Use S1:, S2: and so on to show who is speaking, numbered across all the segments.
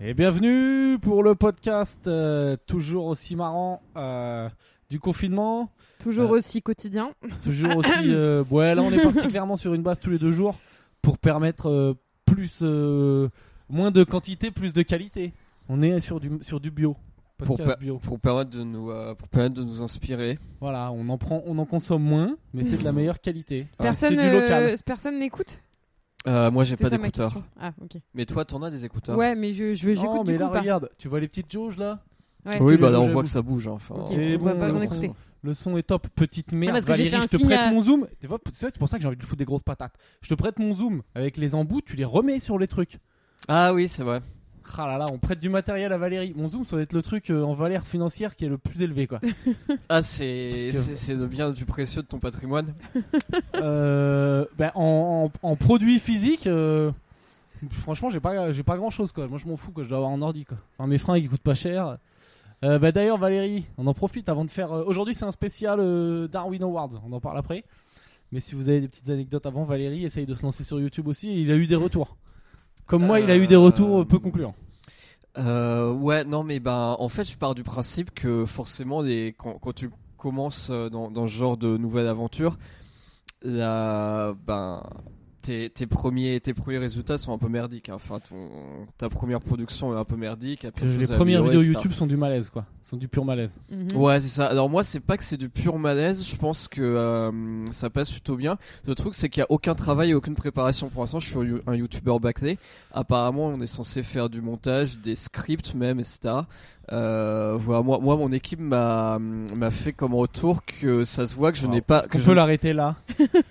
S1: Et bienvenue pour le podcast euh, toujours aussi marrant euh, du confinement.
S2: Toujours
S1: Euh,
S2: aussi quotidien.
S1: Toujours aussi. euh, ouais, là on est parti clairement sur une base tous les deux jours pour permettre euh, plus, euh, moins de quantité, plus de qualité. On est sur du, sur du bio.
S3: Pour
S1: Podcast
S3: pas-
S1: bio.
S3: pour permettre de nous euh, pour permettre de nous inspirer.
S1: Voilà, on en prend, on en consomme moins, mais c'est de la meilleure qualité.
S2: Personne,
S1: Ah, C'est du local.
S2: euh, personne n'écoute.
S3: Euh, moi j'ai
S2: C'était
S3: pas
S2: ça ma
S3: d'écouteurs.
S2: question. Ah ok.
S3: Mais toi t'en as des écouteurs.
S2: Ouais, mais je, je veux j'écoute
S1: Non, mais
S2: du coup
S1: là
S2: ou pas.
S1: regarde, tu vois les petites jauges là
S2: Ouais.
S1: Parce
S3: Oui
S1: que
S3: bah
S1: les gens,
S3: là on
S1: j'avoue.
S3: voit que ça bouge. hein, Enfin,
S2: Ok,
S1: Et
S2: on va
S1: bon,
S2: pas
S1: le
S2: en
S1: son-
S2: écouter.
S1: Le son est top, petite merde.
S2: parce que j'ai
S1: Valérie,
S2: fait
S1: je
S2: un
S1: te
S2: signe
S1: prête
S2: à-
S1: mon zoom. Tu vois, C'est vrai, c'est pour ça que j'ai envie de foutre des grosses patates. Je te prête mon zoom avec les embouts, tu les remets sur les trucs.
S3: Ah oui c'est vrai.
S1: Ah là là, on prête du matériel à Valérie. Mon zoom, ça doit être le truc euh, en valeur financière qui est le plus élevé quoi.
S3: Ah c'est
S1: Parce que-
S3: c'est- c'est le bien le plus précieux de ton patrimoine.
S1: Euh, ben, en, en, en produit physique, euh, franchement, j'ai pas, j'ai pas grand chose quoi. Moi, je m'en fous quoi. Je dois avoir un ordi quoi. Enfin, mes fringues ils coûtent pas cher. Euh, ben, d'ailleurs, Valérie, on en profite avant de faire. euh, Aujourd'hui, c'est un spécial euh, Darwin Awards. On en parle après. Mais si vous avez des petites anecdotes avant, Valérie essaye de se lancer sur YouTube aussi. Et il a eu des retours. Comme moi, il a eu des
S3: Euh,
S1: retours euh, peu concluants.
S3: Euh, ouais non mais ben en fait je pars du principe que forcément les quand, quand tu commences euh, dans, dans ce genre de nouvelle aventure, là ben tes, tes premiers tes premiers résultats sont un peu merdiques. hein. Enfin ton- ta première production est un peu merdique. après,
S1: les
S3: chose à
S1: premières
S3: améliorer,
S1: vidéos
S3: etc.
S1: YouTube sont du malaise quoi. Sont du pur malaise.
S2: Mhm.
S3: Ouais, c'est ça. Alors moi, c'est pas que c'est du pur malaise. Je pense que euh, ça passe plutôt bien. Le truc, c'est qu'il y a aucun travail et aucune préparation. Pour l'instant, je suis you- un youtubeur bâclé. Apparemment, on est censé faire du montage, des scripts même, etc. Euh, voilà, moi, moi, mon équipe m'a m'a fait comme retour que ça se voit que je n'ai pas.
S1: On
S3: que je-
S1: peut l'arrêter là.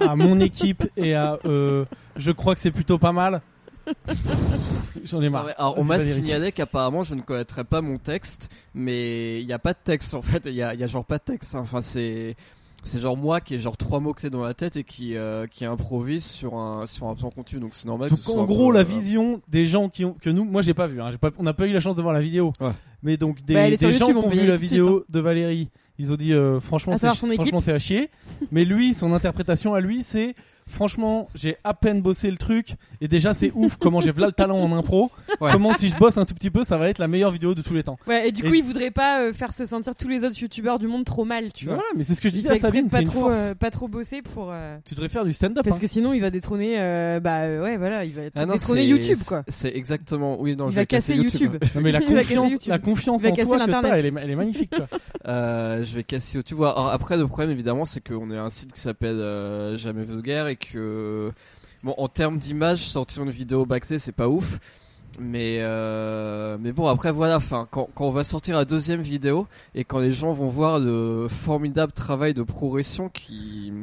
S1: À mon équipe et à. euh, je crois que c'est plutôt pas mal. J'en ai
S3: Ah
S1: marre.
S3: ouais, alors, on
S1: Vas-y,
S3: m'a
S1: Valérie.
S3: signalé qu'apparemment je ne connaîtrais pas mon texte, mais il n'y a pas de texte en fait, il y a, il y a genre pas de texte. hein. Enfin, c'est c'est genre moi qui ai genre trois mots clés dans la tête et qui euh, qui improvise sur un sur un plan continu, donc c'est normal. que
S1: Donc
S3: ce soit
S1: en
S3: un
S1: gros,
S3: peu,
S1: la
S3: euh,
S1: vision des gens qui ont. que nous. Moi, j'ai pas vu. hein, j'ai pas- on n'a pas eu la chance de voir la vidéo.
S3: Ouais.
S1: Mais donc, des,
S2: Bah, elle est sur
S1: des gens qui
S2: YouTube, on
S1: ont
S2: peut y
S1: vu
S2: aller
S1: la
S2: tout de hein.
S1: vidéo de Valérie, ils ont dit euh, franchement,
S2: À
S1: c'est
S2: savoir son équipe.
S1: franchement, c'est à chier. Mais lui, son interprétation à lui, c'est. Franchement, j'ai à peine bossé le truc et déjà c'est ouf comment j'ai v'là le talent en impro.
S3: Ouais.
S1: Comment si je bosse un tout petit peu, ça va être la meilleure vidéo de tous les temps.
S2: Ouais, et du coup,
S1: Et-
S2: il voudrait pas euh, faire se sentir tous les autres youtubeurs du monde trop mal, tu vois.
S1: Voilà, mais c'est ce que je
S2: Il
S1: disais
S2: fait
S1: à
S2: exprès
S1: Sabine,
S2: de
S1: c'est
S2: pas
S1: une
S2: trop,
S1: force. Ah,
S2: euh, pas trop bosser pour. euh,
S1: Tu devrais faire du stand-up.
S2: Parce
S1: hein.
S2: que sinon, il va détrôner. euh, bah euh, ouais, voilà, il va
S3: Ah non,
S2: détrôner
S3: c'est-
S2: YouTube, quoi.
S3: C'est exactement. Oui, non,
S2: Il
S3: je
S2: va
S3: vais casser,
S2: casser
S3: YouTube.
S2: YouTube.
S1: Non mais la
S2: Il va casser
S1: confiance,
S2: YouTube.
S1: la confiance
S2: Il va
S1: en
S2: casser
S1: toi que
S2: l'Internet.
S1: t'as, elle est, elle est magnifique. Quoi.
S3: Euh, je vais casser YouTube. Ouais, alors après, le problème évidemment, c'est qu'on est un site qui s'appelle euh, Jamais Vulgaire et que, bon, en termes d'image, sortir une vidéo bâclée, c'est pas ouf. Mais, euh, mais bon, après, voilà, enfin, quand, quand on va sortir la deuxième vidéo et quand les gens vont voir le formidable travail de progression qui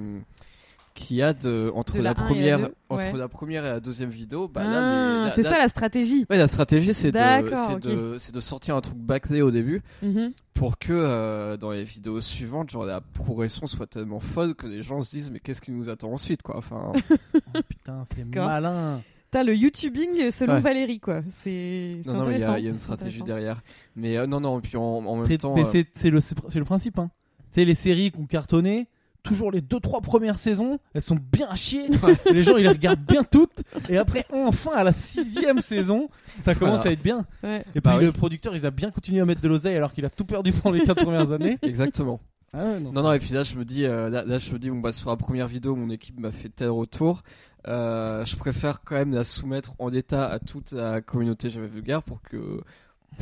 S3: qui a de entre
S2: De la
S3: la,
S2: un et la
S3: première
S2: deux,
S3: entre
S2: ouais.
S3: la première et la deuxième vidéo bah là,
S2: Ah,
S3: les- là-
S2: c'est
S3: là-
S2: ça la stratégie.
S3: ouais, la stratégie c'est de
S2: D'accord,
S3: c'est
S2: ok.
S3: de c'est de sortir un truc bâclé au début
S2: Mhm.
S3: pour que euh, dans les vidéos suivantes, genre la progression soit tellement folle que les gens se disent mais qu'est-ce qui nous attend ensuite quoi. Enfin,
S1: Oh, putain, c'est
S2: D'accord.
S1: malin.
S2: T'as le YouTubing selon
S3: Ouais.
S2: Valérie, quoi. C'est c'est
S3: non non, mais il y,
S2: intéressant.
S3: a il y a une
S2: C'est
S3: stratégie
S2: intéressant.
S3: derrière. Mais euh, non non, et puis en, en même
S1: C'est
S3: temps,
S1: mais
S3: euh,
S1: c'est- c'est le, c'est le principe. Hein. C'est les séries qu'on cartonnait. Toujours les deux trois premières saisons, elles sont bien à chier. Et les gens ils les regardent bien toutes. Et après enfin à la sixième saison, ça commence
S3: Voilà.
S1: à être bien.
S2: Ouais.
S1: Et puis
S3: Bah oui.
S1: le producteur il a bien continué à mettre de l'oseille alors qu'il a tout perdu pendant les quatre premières années.
S3: euh, exactement.
S1: Ah ouais, non.
S3: Non non, et puis là je me dis euh, là, là, je me dis bon bah sur la première vidéo, mon équipe m'a fait tel retour. Euh, je préfère quand même la soumettre en état à toute la communauté j'avais vulgaire pour que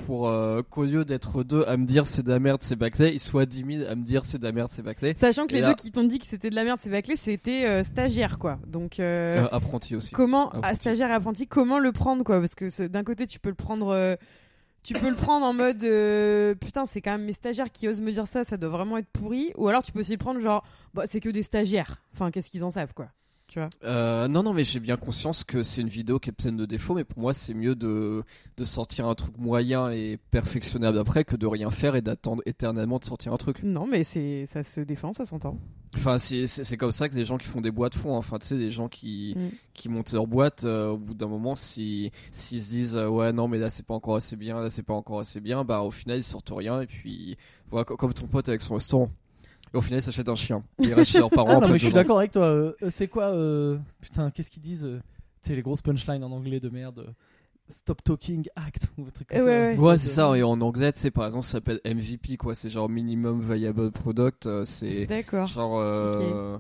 S3: pour euh, qu'au lieu d'être deux à me dire c'est de la merde c'est bâclé, ils soient 10 000 à me dire c'est de la merde c'est bâclé.
S2: Sachant que
S3: Et
S2: les
S3: là-
S2: deux qui t'ont dit que c'était de la merde, c'est bâclé, c'était euh, stagiaire, quoi. Donc, euh,
S3: Euh, apprenti aussi.
S2: comment,
S3: apprenti.
S2: à stagiaire et apprenti, comment le prendre, quoi Parce que c'est- d'un côté, tu peux le prendre. euh, tu peux le prendre en mode euh, putain, c'est quand même mes stagiaires qui osent me dire ça, ça doit vraiment être pourri. Ou alors tu peux aussi le prendre genre bah, c'est que des stagiaires. Enfin, qu'est-ce qu'ils en savent quoi Tu vois
S3: Euh, non, non, mais j'ai bien conscience que c'est une vidéo qui est pleine de défauts, mais pour moi, c'est mieux de, de sortir un truc moyen et perfectionnable après que de rien faire et d'attendre éternellement de sortir un truc.
S2: Non, mais c'est ça se défend, ça s'entend.
S3: Enfin, c'est- c'est c'est comme ça que les gens qui font des boîtes font. hein. Enfin, tu sais, des gens qui,
S2: Mm.
S3: qui montent leur boîte, euh, au bout d'un moment, si- s'ils se disent euh, ouais, non, mais là, c'est pas encore assez bien, là, c'est pas encore assez bien, bah, au final, ils sortent rien et puis, voilà, co- comme ton pote avec son restaurant. Et au final, il s'achète un chien. Il reste chez leurs parents.
S1: Ah non,
S3: après,
S1: mais je suis
S3: dedans.
S1: d'accord avec toi. Euh, euh, c'est quoi euh, Putain, qu'est-ce qu'ils disent euh, Tu sais, les grosses punchlines en anglais de merde. euh, Stop Talking Act ou un truc
S2: Ouais,
S1: comme ça.
S2: ouais.
S3: Ouais, c'est ça. Et en anglais, tu sais, par exemple, ça s'appelle MVP, quoi. C'est genre Minimum Viable Product. euh, C'est
S2: D'accord.
S3: genre euh,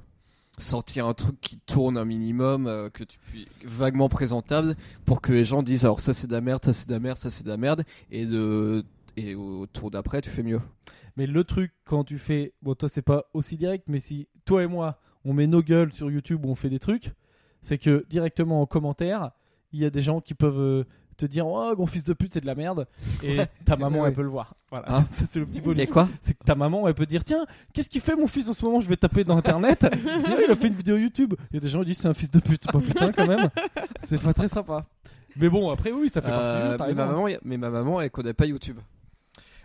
S3: sortir un truc qui tourne un minimum, euh, que tu puis vaguement présentable, pour que les gens disent alors ça c'est de la merde, ça c'est de la merde, ça c'est de la merde, et de et au tour d'après, tu fais mieux.
S1: Mais le truc, quand tu fais. Bon, toi, c'est pas aussi direct, mais si toi et moi, on met nos gueules sur YouTube où on fait des trucs, c'est que directement en commentaire, il y a des gens qui peuvent euh, te dire Oh, gros fils de pute, c'est de la merde. Et ta maman,
S3: Ouais.
S1: elle peut le voir. Voilà,
S3: Hein
S1: ça, c'est le petit
S3: Et
S1: bonus.
S3: quoi
S1: C'est que ta maman, elle peut dire Tiens, qu'est-ce qu'il fait mon fils en ce moment Je vais taper dans internet. Viens, il a fait une vidéo YouTube. Il y a des gens qui disent C'est un fils de pute. Bah, putain, quand même. C'est pas très sympa. Mais bon, après, oui, ça fait partie du jeu,
S3: Euh,
S1: par
S3: mais, ma
S1: exemple.
S3: maman, mais ma maman, elle connaît pas YouTube.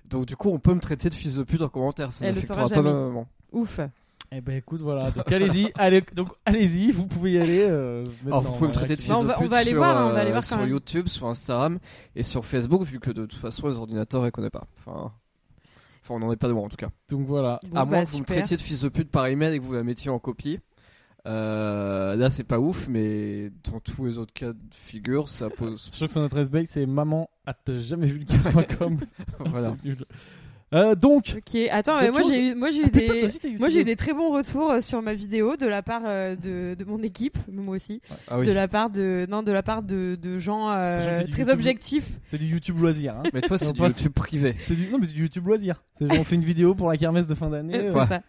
S3: Donc du coup, on peut me traiter de fils de pute en commentaire. Ça
S2: Elle le
S3: n'affectera
S2: saura
S3: pas ma
S2: jamais.
S3: maman.
S2: Ouf.
S1: Eh ben écoute voilà donc allez-y allez donc allez-y vous pouvez y aller. euh,
S3: Alors, Oh, vous
S1: maintenant,
S3: pouvez me
S1: voilà,
S3: traiter de
S1: qui-
S3: fils
S2: Non, on
S3: de
S2: va- on
S3: pute
S2: va aller
S3: sur,
S2: voir, hein, on va aller
S3: euh,
S2: voir quand
S3: sur
S2: même.
S3: YouTube, sur Instagram et sur Facebook, vu que de toute façon les ordinateurs ils connaissent pas. Enfin, enfin on n'en est pas loin en tout cas.
S1: Donc voilà.
S2: Bon,
S3: à
S2: bah,
S3: moins que vous me
S2: super.
S3: traitiez de fils de pute par email et que vous la mettiez en copie. Euh, là, c'est pas ouf, mais dans tous les autres cas de figure, ça
S1: Je
S3: pose.
S1: trouve que son adresse mail c'est maman at jamaisvulgaire.com.
S3: voilà.
S1: C'est nul. Euh, donc
S2: Ok, attends, mais
S1: D'autres
S2: moi
S1: choses
S2: j'ai eu, moi j'ai
S1: Ah,
S2: eu
S1: putain, toi
S2: des,
S1: aussi, t'es
S2: moi j'ai eu
S1: youtubeuse.
S2: des très bons retours euh, sur ma vidéo de la part euh, de, de mon équipe, mais moi aussi,
S3: Ah oui.
S2: de la part de, non, de la part de, de gens euh,
S1: Ces gens, c'est du
S2: très
S1: YouTube.
S2: objectifs.
S1: C'est du YouTube loisir. hein.
S3: Mais toi, c'est
S1: Non,
S3: du
S1: pas-
S3: YouTube privé.
S1: C'est du non mais c'est du YouTube loisir. C'est genre on fait une vidéo pour la kermesse de fin d'année.
S2: Euh,
S1: euh,
S2: c'est
S3: ouais.
S2: ça.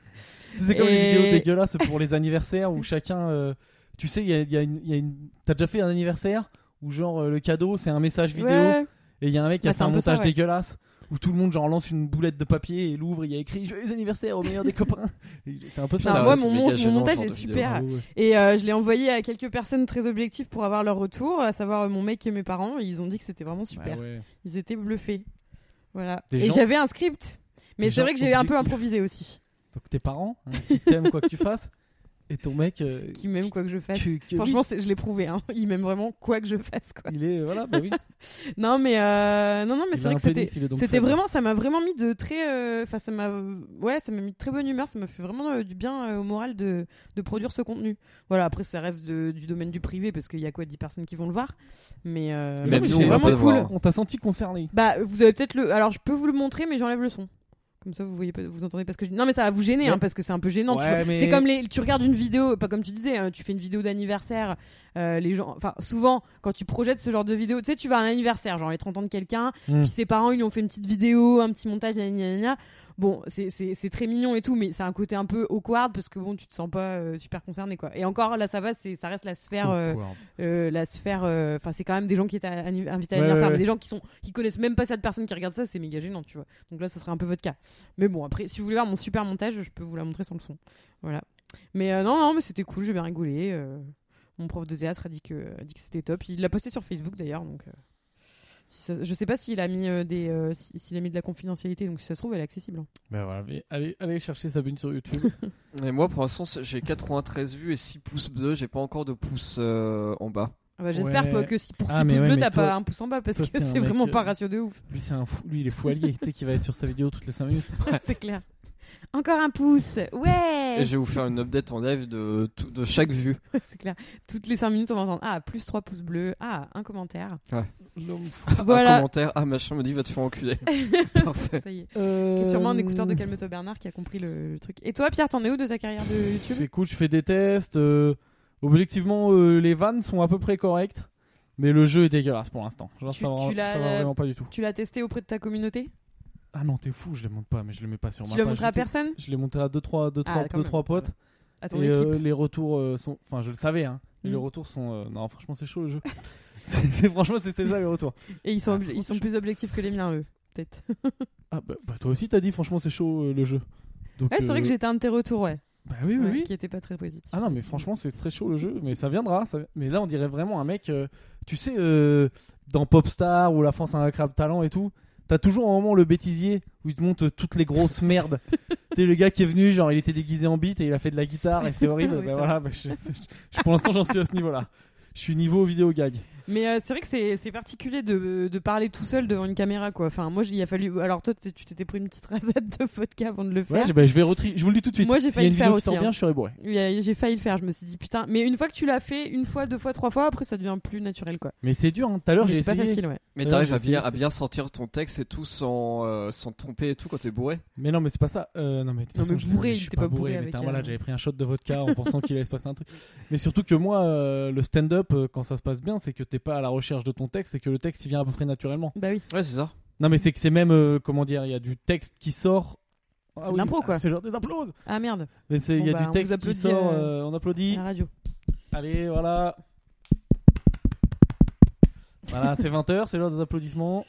S1: C'est comme les
S2: Et-
S1: vidéos dégueulasses pour les anniversaires où chacun. euh, tu sais il y a, il y a une il y a une- T'as déjà fait un anniversaire où genre euh, le cadeau c'est un message vidéo.
S2: Ouais.
S1: Et il y a un mec qui a
S2: Bah,
S1: fait
S2: c'est
S1: un,
S2: un peu ça,
S1: montage
S2: ouais.
S1: dégueulasse où tout le monde genre lance une boulette de papier et l'ouvre. et Il y a écrit Joyeux anniversaire au meilleur des copains. Et C'est un peu ça.
S2: Enfin,
S3: Putain,
S2: moi,
S3: c'est
S2: mon,
S3: méga
S2: mon- mon
S3: gênant,
S2: montage
S3: ce genre
S2: est
S3: de vidéo.
S2: super.
S1: Ah ouais, ouais.
S2: Et euh, je l'ai envoyé à quelques personnes très objectives pour avoir leur retour, à savoir euh, mon mec et mes parents. et ils ont dit que c'était vraiment super. Ils étaient bluffés. Voilà.
S1: Bah Des
S2: et
S1: gens-
S2: j'avais un script. Mais
S1: des
S2: c'est
S1: gens
S2: vrai que j'ai un peu
S1: objectifs.
S2: improvisé aussi.
S1: Donc tes parents hein, qui t'aiment quoi que tu fasses et ton mec euh,
S2: Qui m'aime quoi que je fasse.
S1: que- que-
S2: Franchement, c'est- je l'ai prouvé. Hein. Il m'aime vraiment quoi que je fasse. Quoi.
S1: il est voilà bah oui.
S2: Non, mais euh, non, non, mais
S1: Il
S2: c'est
S1: a
S2: vrai
S1: un
S2: que c'était.
S1: pénis, il est donc
S2: C'était
S1: faible.
S2: vraiment, ça m'a vraiment mis de très, euh, enfin ça m'a, ouais, ça m'a mis de très bonne humeur, ça m'a fait vraiment euh, du bien euh, au moral de, de produire ce contenu. Voilà, après ça reste de- du domaine du privé parce qu'il y a quoi 10 personnes qui vont le voir, mais, euh,
S1: Mais non,
S3: Même
S1: mais
S3: nous,
S1: c'est
S3: on va
S1: vraiment
S3: pas le
S1: cool.
S3: voir.
S1: On t'a senti concerné.
S2: Bah, vous avez peut-être le. Alors, je peux vous le montrer, mais j'enlève le son. Comme ça, vous voyez, pas- vous entendez pas ce que je dis. Non, mais ça va vous gêner,
S1: Ouais.
S2: hein, parce que c'est un peu gênant. tu
S1: Ouais,
S2: vois.
S1: mais-
S2: C'est comme les. Tu regardes une vidéo, pas comme tu disais, hein, tu fais une vidéo d'anniversaire. euh, les gens, enfin, souvent, quand tu projettes ce genre de vidéo, tu sais, tu vas à un anniversaire, genre les 30 ans de quelqu'un,
S1: Mm.
S2: puis ses parents, ils lui ont fait une petite vidéo, un petit montage, gna, gna, gna, gna. Bon, c'est- c'est c'est très mignon et tout, mais c'est un côté un peu awkward parce que bon, tu te sens pas euh, super concerné, quoi. Et encore, là, ça va, c'est- ça reste la sphère. euh, euh, la sphère euh, enfin c'est quand même des gens qui étaient à- anni- invités à
S1: Ouais,
S2: l'anniversaire
S1: ouais,
S2: mais
S1: ouais.
S2: des gens qui sont qui connaissent même pas cette personne qui regarde ça c'est méga gênant tu vois donc là ça serait un peu votre cas mais bon après si vous voulez voir mon super montage je peux vous la montrer sans le son voilà mais euh, non non mais c'était cool j'ai bien rigolé euh, mon prof de théâtre a dit que a dit que c'était top il l'a posté sur Facebook d'ailleurs donc euh, si ça- je sais pas s'il a mis euh, des euh, si- s'il a mis de la confidentialité donc si ça se trouve elle est accessible hein.
S1: Ben voilà, mais allez, allez chercher Sabine sur YouTube.
S3: Et moi, pour l'instant, c'est- j'ai 93 vues et 6 pouces bleus. J'ai pas encore de pouces euh, en bas.
S2: Ah bah, j'espère
S1: Ouais.
S2: que- que si pour
S1: Ah,
S2: 6
S1: mais
S2: pouces
S1: ouais,
S2: bleus
S1: mais
S2: t'as
S1: toi-
S2: pas un pouce en bas parce
S1: toi,
S2: que
S1: t'es un
S2: c'est
S1: mec,
S2: vraiment
S1: euh,
S2: pas ratio de ouf
S1: Lui c'est un fou, lui il est fou allié, tu sais qui va être sur sa vidéo toutes les 5 minutes.
S2: c'est clair encore un pouce ouais
S3: Et je vais vous faire une update en live de, tout- de chaque vue.
S2: C'est clair. Toutes les 5 minutes, on va entendre Ah, plus 3 pouces bleus. Ah, un commentaire.
S1: L'homme fou.
S3: Un
S2: Voilà.
S3: commentaire. Ah, machin me dit, va te faire enculer. Parfait.
S2: Ça y est.
S1: Euh,
S2: C'est sûrement un écouteur de Calme-toi Bernard qui a compris le, le truc. Et toi, Pierre, t'en es où de ta carrière de
S1: Je
S2: YouTube
S1: fais cool, je fais des tests. euh, objectivement, euh, les vannes sont à peu près correctes, mais le jeu est dégueulasse pour l'instant. Genre,
S2: Tu-
S1: ça, va,
S2: tu l'as-
S1: ça va vraiment pas du tout.
S2: Tu l'as testé auprès de ta communauté
S1: Ah non, t'es fou, je les monte pas, mais je les mets pas sur
S2: Tu
S1: ma
S2: l'as
S1: page
S2: montré à
S1: du tout.
S2: personne
S1: Je les monté à 2-3 deux, trois, deux,
S2: Ah,
S1: trois-
S2: quand
S1: deux,
S2: même.
S1: trois potes.
S2: À ton
S1: et
S2: équipe
S1: euh, les retours euh, sont. Enfin, je le savais, hein. Et
S2: Mm.
S1: les retours sont. euh, Non, franchement, c'est chaud le jeu. c'est, c'est- franchement, c'est, c'est ça les retours.
S2: Et ils sont,
S1: Ah,
S2: obli- ils sont plus objectifs que les miens, eux. Peut-être.
S1: Ah bah, bah, toi aussi, t'as dit, franchement, c'est chaud euh, le jeu. Donc,
S2: Ouais, c'est vrai
S1: euh,
S2: que j'étais un de tes retours, ouais.
S1: Bah oui, oui,
S2: Ouais,
S1: oui.
S2: Qui était pas très positif.
S1: Ah non, mais franchement, c'est très chaud le jeu, mais ça viendra. ça- Mais là, on dirait vraiment un mec, euh, tu sais, euh, dans Popstar ou La France a un crabe talent et tout, t'as toujours un moment le bêtisier où il te montre toutes les grosses merdes. tu sais, le gars qui est venu, genre, il était déguisé en beat et il a fait de la guitare et c'était horrible.
S2: Oui,
S1: Bah
S2: c'est
S1: voilà, bah, je- je- je- pour l'instant, j'en suis à ce niveau-là. Je suis niveau vidéo gag.
S2: Mais euh, c'est vrai que c'est- c'est particulier de, de parler tout seul devant une caméra, quoi. Enfin, moi, j'ai- il a fallu. Alors, toi, t'es- tu t'étais pris une petite rasade de vodka avant de le faire.
S1: Ouais, j'ai- bah, je vais retri- Je vous le dis tout de suite.
S2: Moi, j'ai
S1: S'il y
S2: failli
S1: a une
S2: le faire
S1: vidéo qui
S2: aussi,
S1: sort bien,
S2: hein.
S1: je serai bourré.
S2: Oui, euh, J'ai failli le faire, je me suis dit putain. Mais une fois que tu l'as fait, une fois, deux fois, trois fois, après ça devient plus naturel quoi.
S1: Mais c'est dur, hein. tout à l'heure
S2: Mais
S1: j'ai
S2: c'est pas
S1: essayé.
S2: facile, ouais.
S3: Mais
S1: Ouais,
S3: t'arrives
S1: j'ai
S3: à bien,
S1: essayé,
S3: à
S1: c'est-
S3: bien sortir ton texte et tout sans, euh, sans te tromper et tout quand t'es bourré.
S1: Mais non, mais c'est pas ça. Euh, non, mais de toute
S2: Non,
S1: façon,
S2: mais
S1: je-
S2: bourré,
S1: je
S2: il
S1: suis
S2: était pas bourré
S1: mais
S2: avec
S1: putain,
S2: un-
S1: voilà, j'avais pris un shot de vodka en pensant qu'il allait se passer un truc. Mais surtout que moi, euh, le stand-up, euh, quand ça se passe bien, c'est que t'es pas à la recherche de ton texte, c'est que le texte il vient à peu près naturellement.
S2: Bah oui.
S3: Ouais, c'est ça.
S1: Non, mais c'est que c'est même, euh, comment dire, il y a du texte qui sort. Ah
S2: de
S1: oui,
S2: l'impro, quoi.
S1: C'est genre des applauses.
S2: Ah merde,
S1: Mais c'est, il y
S2: Bon,
S1: a
S2: bah, on
S1: du
S2: vous
S1: texte qui
S2: applaudit,
S1: sort,
S2: euh, Ah.
S1: euh, on applaudit.
S2: la radio.
S1: Allez, voilà. Voilà, c'est 20h, c'est l'heure des applaudissements.